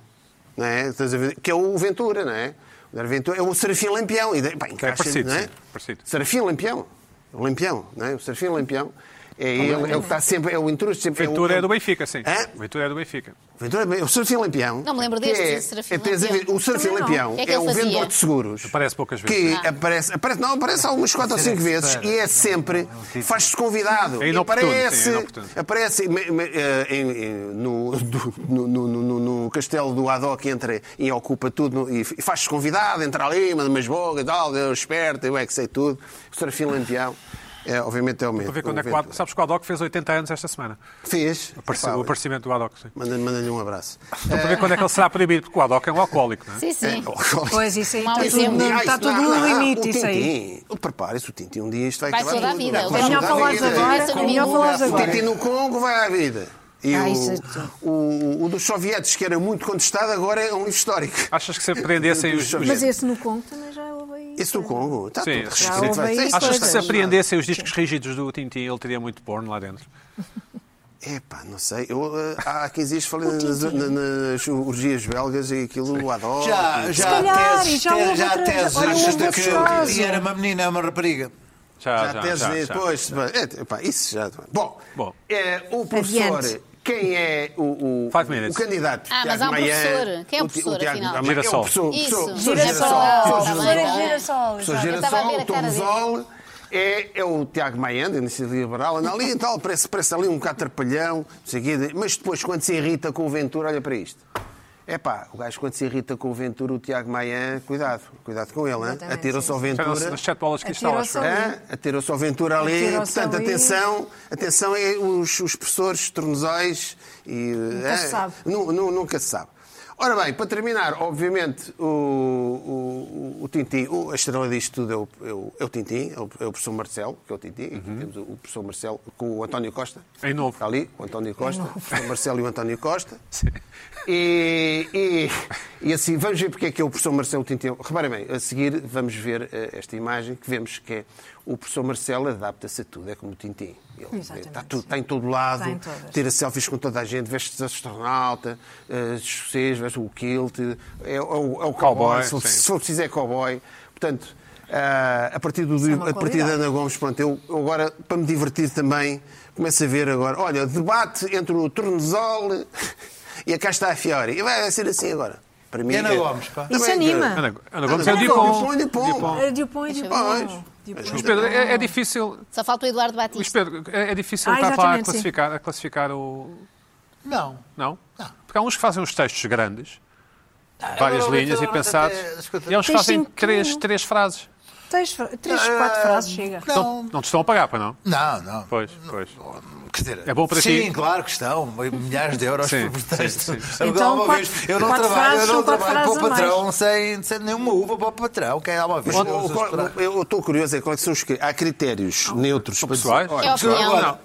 B: não é? Estás a ver? que é o Ventura, não é? O André Ventura é o Serafim Lampião. E, de- pá, encaixa,
A: parecido,
B: não é?
A: sim, parecido.
B: Serafim Lampião. O Lampião, não é? O Serafim Lampião. É, ele, é o que está sempre, é o intruso. Sempre,
A: Ventura
B: o-
A: é do Benfica, sim.
B: Hã?
A: Ventura é do Benfica.
B: Ventura, é o Serafim Lampião.
C: Não me lembro
B: que
C: destes,
B: é-
C: o Serafim
B: é- tens a ver-
C: Lampião.
B: O Serafim
D: Também não.
B: Lampião
C: O que é que
B: é,
C: ele
B: um
C: fazia?
B: vendedor de seguros.
A: Aparece poucas vezes. é.
B: Que aparece, aparece, não, aparece algumas 4 ou 5 vezes e é sempre, faz-se convidado.
A: É
B: E
A: inoportuno, sim,
B: aparece,
A: é inoportuno.
B: aparece me- me- eh, em- em- no, do- no, no- no- no- no castelo do Adoc, entra e ocupa tudo no- e f- e faz-se convidado, entra ali, manda umas bogas, e tal, eu esperto, eu é que sei tudo. O Serafim Lampião, é, obviamente é o mesmo.
A: Para ver quando é que o
B: o
A: Ad- Sabes que o Adoc fez 80 anos esta semana.
B: Fez.
A: Aparece-
B: Pá,
A: O aparecimento do Adoc, sim.
B: Manda-lhe manda-lhe um abraço.
A: Então, para ver quando é que ele será proibido, porque o Adoc é um alcoólico, não é?
C: Sim, sim.
D: Pois isso aí
C: Mau
D: está tudo,
C: exemplo.
D: no-
B: Ah, isso
D: está tudo
B: não, não,
D: no
B: o
D: limite, isso aí.
B: Tintim, Prepare-se, o Tintim um dia isto vai
C: Vai
B: acabar
C: toda a
B: tudo. né?
C: vida.
B: Não,
C: É
D: É melhor
B: toda a
D: falares
B: vida.
D: agora.
C: Começa no
D: É melhor
C: Google.
D: falares
B: O
D: agora.
B: Tintim no Congo vai à vida. E
D: Ah,
B: o-
D: isso é tudo.
B: o, o, dos soviéticos, que era muito contestado, agora é um livro histórico.
A: Achas que se prendessem os, os
D: Mas esse no Congo também já houve aí.
B: Esse do Congo está
A: Sim,
B: tudo
A: sim,
B: restrito.
D: houve
B: vai-
D: aí
B: Esse
A: Achas
B: não
A: que
D: coisas.
A: se
B: vai-
A: apreendessem os discos rígidos do Tintin, ele teria muito porno lá dentro?
B: Epá, não sei. Eu, eh, há 15 dias falei nas, na- nas orgias belgas e aquilo adoro.
E: Já,
B: E-
E: já
D: é. calhar,
E: há
D: e
E: teses,
D: já houve
E: já há
D: outras-
E: teses
D: olha, houve
E: de
D: outros
E: que
D: casos.
E: e era uma menina, é uma rapariga.
A: Já,
B: já,
A: já,
B: tens
A: já,
B: de-
A: já.
B: pois, é, epá, isso já. Bom,
A: Bom.
B: é, o professor,
D: Adiante.
B: quem é o, o,
A: Five minutes.
B: o candidato?
C: Ah, mas
B: Tiago
C: há um
B: Maia,
C: professor. Quem é o
B: Ti-
C: professor,
B: Tiago
C: afinal?
B: Maia,
A: Girassol.
B: É o professor,
C: Isso,
B: professor, professor
C: Girassol.
B: Girassol.
C: Tá bem,
B: Professor
C: tá bem.
B: Girassol. Professor
C: Eu estava a ver
B: Girassol,
C: a
B: o
C: cara
B: Tom
C: dele.
B: Zol, é, é o Tiago Maia, da Iniciativa Liberal, anda ali e tal, parece, parece ali um bocado trapalhão, não sei o quê, mas depois, quando se irrita com o Ventura, olha para isto. É pá, o gajo quando se irrita com o Ventura, o Tiago Maia, cuidado, cuidado com ele, hein?
D: Exatamente,
B: atira-se
D: sim,
B: ao
D: sim.
A: Já
B: Ventura.
A: nas, nas sete bolas que
D: Atirou-se
A: estão, acho. eu.
D: ali.
B: Hã? Atirou-se ao Ventura ali.
D: Atirou-se
B: Portanto,
D: ali.
B: atenção, atenção é os, os professores, tornozóis e. é, Nunca
D: se sabe.
B: nunca se sabe. Ora bem, para terminar, obviamente, o, o, o Tintim, o- a estrela disto tudo é o, é o, é o Tintim, é o, é o professor Marcelo, que é o Tintim, e aqui temos o, o professor Marcelo com o António Costa.
A: Uhum. Em novo.
B: Está ali, o António Costa, o professor Marcelo e o António Costa.
A: Sim.
B: E, e- e assim, vamos ver porque é que é o professor Marcelo Tintin. Reparem bem, a seguir vamos ver eh, esta imagem que vemos que é o professor Marcelo adapta-se a tudo, é como o Tintin. Ele
D: Exatamente.
B: está, tudo, está em todo lado,
D: Está em todas.
B: tira selfies com toda a gente, veste-se de astronauta, eh, escocês, veste o kilt, é, é o, é o cowboy,
A: Cowboy,
B: se, for-
A: sim.
B: se for preciso é cowboy. Portanto, ah, a partir, do,
D: é uma
B: a partir da
D: qualidade.
B: Ana Gomes, pronto, eu eu agora, para me divertir também, começo a ver agora. Olha, debate entre o Tornozol e a cá está a Fiori. E vai ser assim agora. Para mim,
E: E Ana
B: é-
E: Gomes, pá.
B: Também,
D: Isso anima.
B: cara.
A: Ana, Ana Gomes é
B: Ana
A: o Dipom.
B: Gomes, Dipom.
A: Dipom.
D: Eh, Dupont e
B: É. Pois.
D: Dupont. Dupont.
A: Mas, Pedro, é, é difícil.
C: Só falta o Eduardo
A: Luís
C: Batista.
A: Pedro, é, é difícil
D: Ah,
A: estar lá a
D: exatamente, sim.
A: classificar, a classificar o.
E: Não. Ah,
A: Não? Porque há uns que fazem uns textos grandes, várias
E: agora,
A: linhas e
E: agora,
A: pensados,
E: até- escuta,
A: e há uns que
D: Texto
A: fazem
D: em
A: três,
D: pequenino.
A: três frases.
D: Três, fra- três, quatro
E: Ah,
D: frases, chega.
A: Não,
E: Não,
A: não te estão a pagar, para não?
E: não, não.
A: Pois, pois.
E: Quer dizer,
A: É bom para
E: sim,
A: ti?
E: claro que estão. Milhares de euros
A: Sim,
E: por
A: sim,
E: texto.
A: sim, sim.
E: Agora,
D: Então,
E: uma
D: quatro-
E: vez, eu não
D: quatro
E: trabalho, eu
D: frases
E: não
D: são quatro
E: trabalho para o
D: frases a
E: patrão sem, sem nenhuma uva para o patrão. Quem há uma vez?
B: Mas, o- o- qual- eu eu estou curioso, é quais são os. cri- Há critérios neutros para dizer,
A: pessoais?
B: olha,
C: É opinião.
E: Não.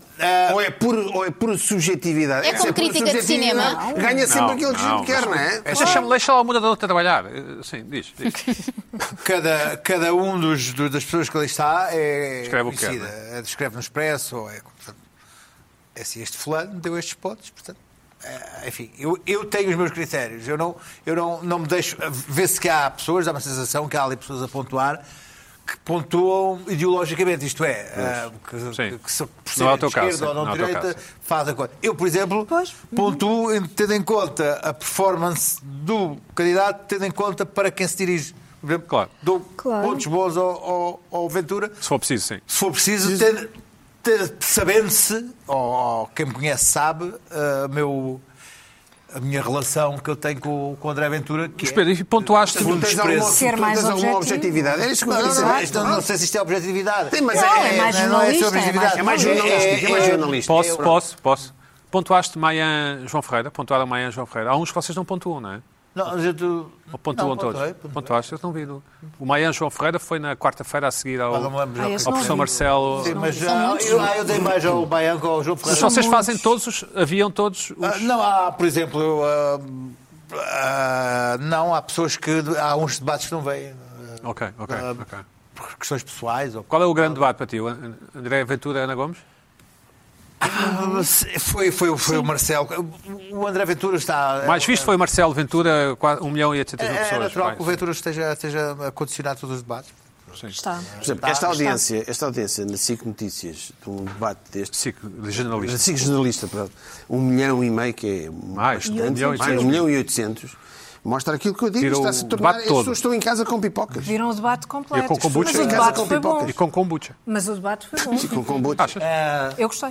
B: Ou é por, ou é por subjetividade.
C: É
B: Se
C: como
B: por
C: crítica de
B: subjetividade,
C: cinema.
B: Ganha sempre
A: Não,
B: aquilo que a
A: não,
B: gente quer, não é?
A: É, deixa-me- Deixa lá o mudador trabalhar. Eh, Sim, diz. diz.
E: Cada, cada um dos, do- das pessoas que ali está é
A: Escreve o que quer,
E: conhecida. É, Escreve no expresso. Ou é, portanto, é assim, este fulano deu estes pontos, portanto. é, Enfim, eu, eu tenho os meus critérios. Eu não, eu não, não me deixo. Vê-se que há pessoas, dá uma sensação que há ali pessoas a pontuar que pontuam ideologicamente, isto é, ah, que,
A: Sim.
E: que se por
A: Não é o
E: serem de
A: teu caso,
E: esquerda ou
A: não
E: não
A: é o teu
E: direita,
A: caso.
E: faz a coisa. Eu, por exemplo,
D: Pois.
E: pontuo em- tendo em conta a performance do candidato, tendo em conta para quem se dirige. Por exemplo,
A: Claro.
E: Dou
D: Claro.
E: pontos bons ao, ao, ao Ventura,
A: Se for preciso, sim.
E: se for preciso, ter- ter- sabendo-se, ou, ou quem me conhece sabe, ah, meu, a minha relação que eu tenho com, com o André Ventura. Que
A: Luís
E: é-
A: Pedro, e pontuaste.
B: Tu tens alguma-
E: desprezo.
B: tu
D: Ser mais
B: tens alguma
D: objetivo.
B: objetividade? Era isso que eu
E: Não,
B: queria
E: não,
B: saber.
E: não, isto não- não sei se isto é objetividade.
B: Sim, mas
D: Não, é mais jornalista,
E: não sobre
D: é mais
E: objetividade.
B: É mais jornalístico, é mais jornalístico.
A: Posso, posso, posso. Pontuaste Maian João Ferreira, pontuaram Maian João Ferreira. Há uns que vocês não pontuam, não é?
E: Não, mas eu tu...
A: Ou pontuam
E: Não,
A: todos?
E: pontuei, pontuei.
A: Pontuaste, eu não vi. não. O Maian João Ferreira foi na quarta-feira a seguir ao,
E: Ah, não me lembro já.
D: Ah,
A: ao
D: esse não
A: professor
D: vi.
A: Marcelo.
E: Sim, mas
D: São
E: já,
D: muitos,
E: eu,
D: não é?
E: ah, eu dei mais ao Baiano que ao João
A: Mas
E: Ferreira.
A: vocês fazem todos os. Haviam todos os.
E: Ah, não, há, por exemplo, eu, ah, ah, não, há pessoas que. Há uns debates que não vêm. ah,
A: Ok, ok,
E: ah,
A: ok.
E: Por questões pessoais. Ou...
A: Qual é o grande debate para ti? O An- André Ventura Ana Gomes?
E: Ah, se- Foi, foi, foi o Marcelo. O André Ventura está.
A: Mais visto foi Marcelo Ventura, 1 milhão e 800 mil
E: É, é
A: pessoas.
E: natural
A: vai.
E: que o Ventura esteja, esteja a condicionar todos os debates.
D: Está.
B: Por exemplo, esta audiência, esta audiência na SIC Notícias, de um debate deste, tipo,
A: Sim, de
B: na
A: jornalista.
B: SIC Jornalista, pronto, um milhão e meio, que é
A: Mais,
B: bastante,
A: um milhão e
B: mais um
A: oitocentos.
B: milhão e oitocentos, mostra aquilo que eu digo,
A: Tirou
B: está-se a
A: o
B: tornar,
A: debate
B: as
A: todo.
B: pessoas estão em casa com pipocas.
D: Viram o debate completo.
A: E com kombucha.
D: Mas o
B: Em
D: debate
B: casa com
D: foi bom.
B: pipocas.
A: E com kombucha.
D: Mas o debate foi bom.
B: E com kombucha.
A: Achas?
D: Eu gostei.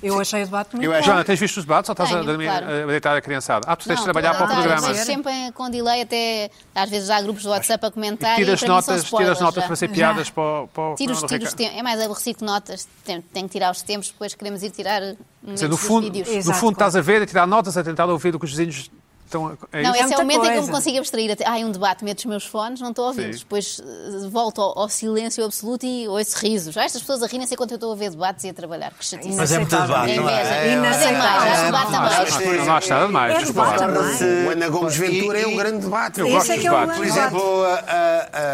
D: Eu achei o debate muito
E: Eu
D: bom.
E: acho-
A: Joana, tens visto os debates ou estás a,
C: Tenho,
A: dormir-
C: claro.
A: a deitar a criançada? Ah, tu tens de
C: Não,
A: trabalhar para o
C: toda a tarde,
A: programa.
C: mas sempre com delay, até às vezes há grupos do WhatsApp a comentar.
A: Tira
C: e
A: as
C: para mim são
A: notas, tira
C: spoilers
A: as notas
C: já.
A: para ser
D: Já.
A: piadas para, o- para o
C: Tiro os,
A: Fernando
C: tiro os
A: Ricardo.
C: tempos. É mais aborrecido que notas. Tem, tem que tirar os tempos, depois queremos ir tirar
A: Quer dizer,
C: momentos
A: no fundo,
C: dos vídeos.
A: no
D: Exato,
A: fundo
D: claro.
A: estás a ver, a tirar notas, a tentar ouvir o que os vizinhos Então, é
C: Não,
A: isso?
D: é
C: esse é o
D: muita
C: momento em que eu me
D: coisa.
C: consigo abstrair. Até... Ai, um debate, meto os meus fones, não estou a ouvi-los.
A: Sim.
C: Depois eh, volto ao, ao silêncio absoluto e ouço risos. Ah, estas pessoas a rirem-se enquanto eu estou a ver debates e a trabalhar. Que chatice.
E: Mas é muito debate, não é?
D: Inaceitável.
E: Mas é mais,
D: Inaceitável.
E: é muito mais.
C: Não
A: Acho que Ah, não há nada de mais.
D: É
A: desculpa lá.
D: debate, não é?
B: O Ana Gomes Ventura é um grande debate.
A: Eu
D: Esse
A: gosto
D: é
A: dos
D: que é o
A: debates.
E: Por
D: grande
E: exemplo, a- a-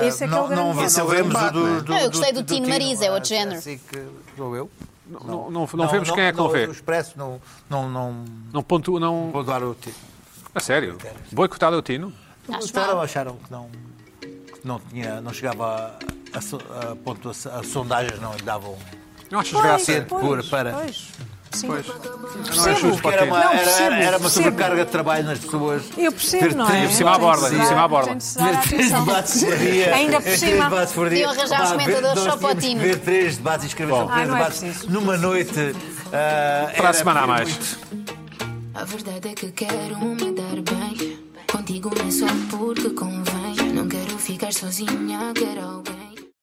E: a-
D: Esse é que é o
E: não, não,
D: grande
E: não
D: debate.
E: vemos o do, do-
C: Não, eu gostei do Tim
E: Tino,
C: Marisa, é outro
E: acho-
C: género.
E: né? assim que sou eu.
A: Não- não- não- não vemos quem é que não vê.
E: O Expresso não, não, não
A: Não pontu... Não...
E: vou dar o tiro.
A: A sério? Boicotado é o Tino?
E: Gostaram, acharam que não, que não, tinha, não chegava a, a, so- a pontuação, as sondagens não lhe davam
A: Não achas
D: Pois,
A: graça?
E: sede pura
D: pois,
E: para-
D: pois. Sim.
A: Não é justo
E: Porque
A: para o
E: era
A: Tino.
E: uma,
D: Não,
E: era,
D: percebo,
E: era- era uma
D: percebo.
E: sobrecarga de trabalho nas pessoas.
D: Eu percebo, não é?
E: Ter-
A: por cima à borda,
D: Tem de
A: por cima à
D: dar-
A: borda.
D: tem de se dar
E: Três
D: atenção.
E: debates por dia.
D: Ainda por
E: Três
D: cima.
E: debates por dia.
C: Eu arranjar os
E: Pá, ver-
C: comentadores
E: nós
C: só para o
E: tínhamos
C: Tino.
E: que Ver três debates e escrever sobre
D: Ah,
E: três
D: não é
E: debates
D: preciso.
E: numa noite. ah,
A: Para a
E: era
A: semana há mais.
E: muito-
G: A verdade é que quero me dar bem. Contigo não é só porque convém. Não quero ficar sozinha, quero alguém.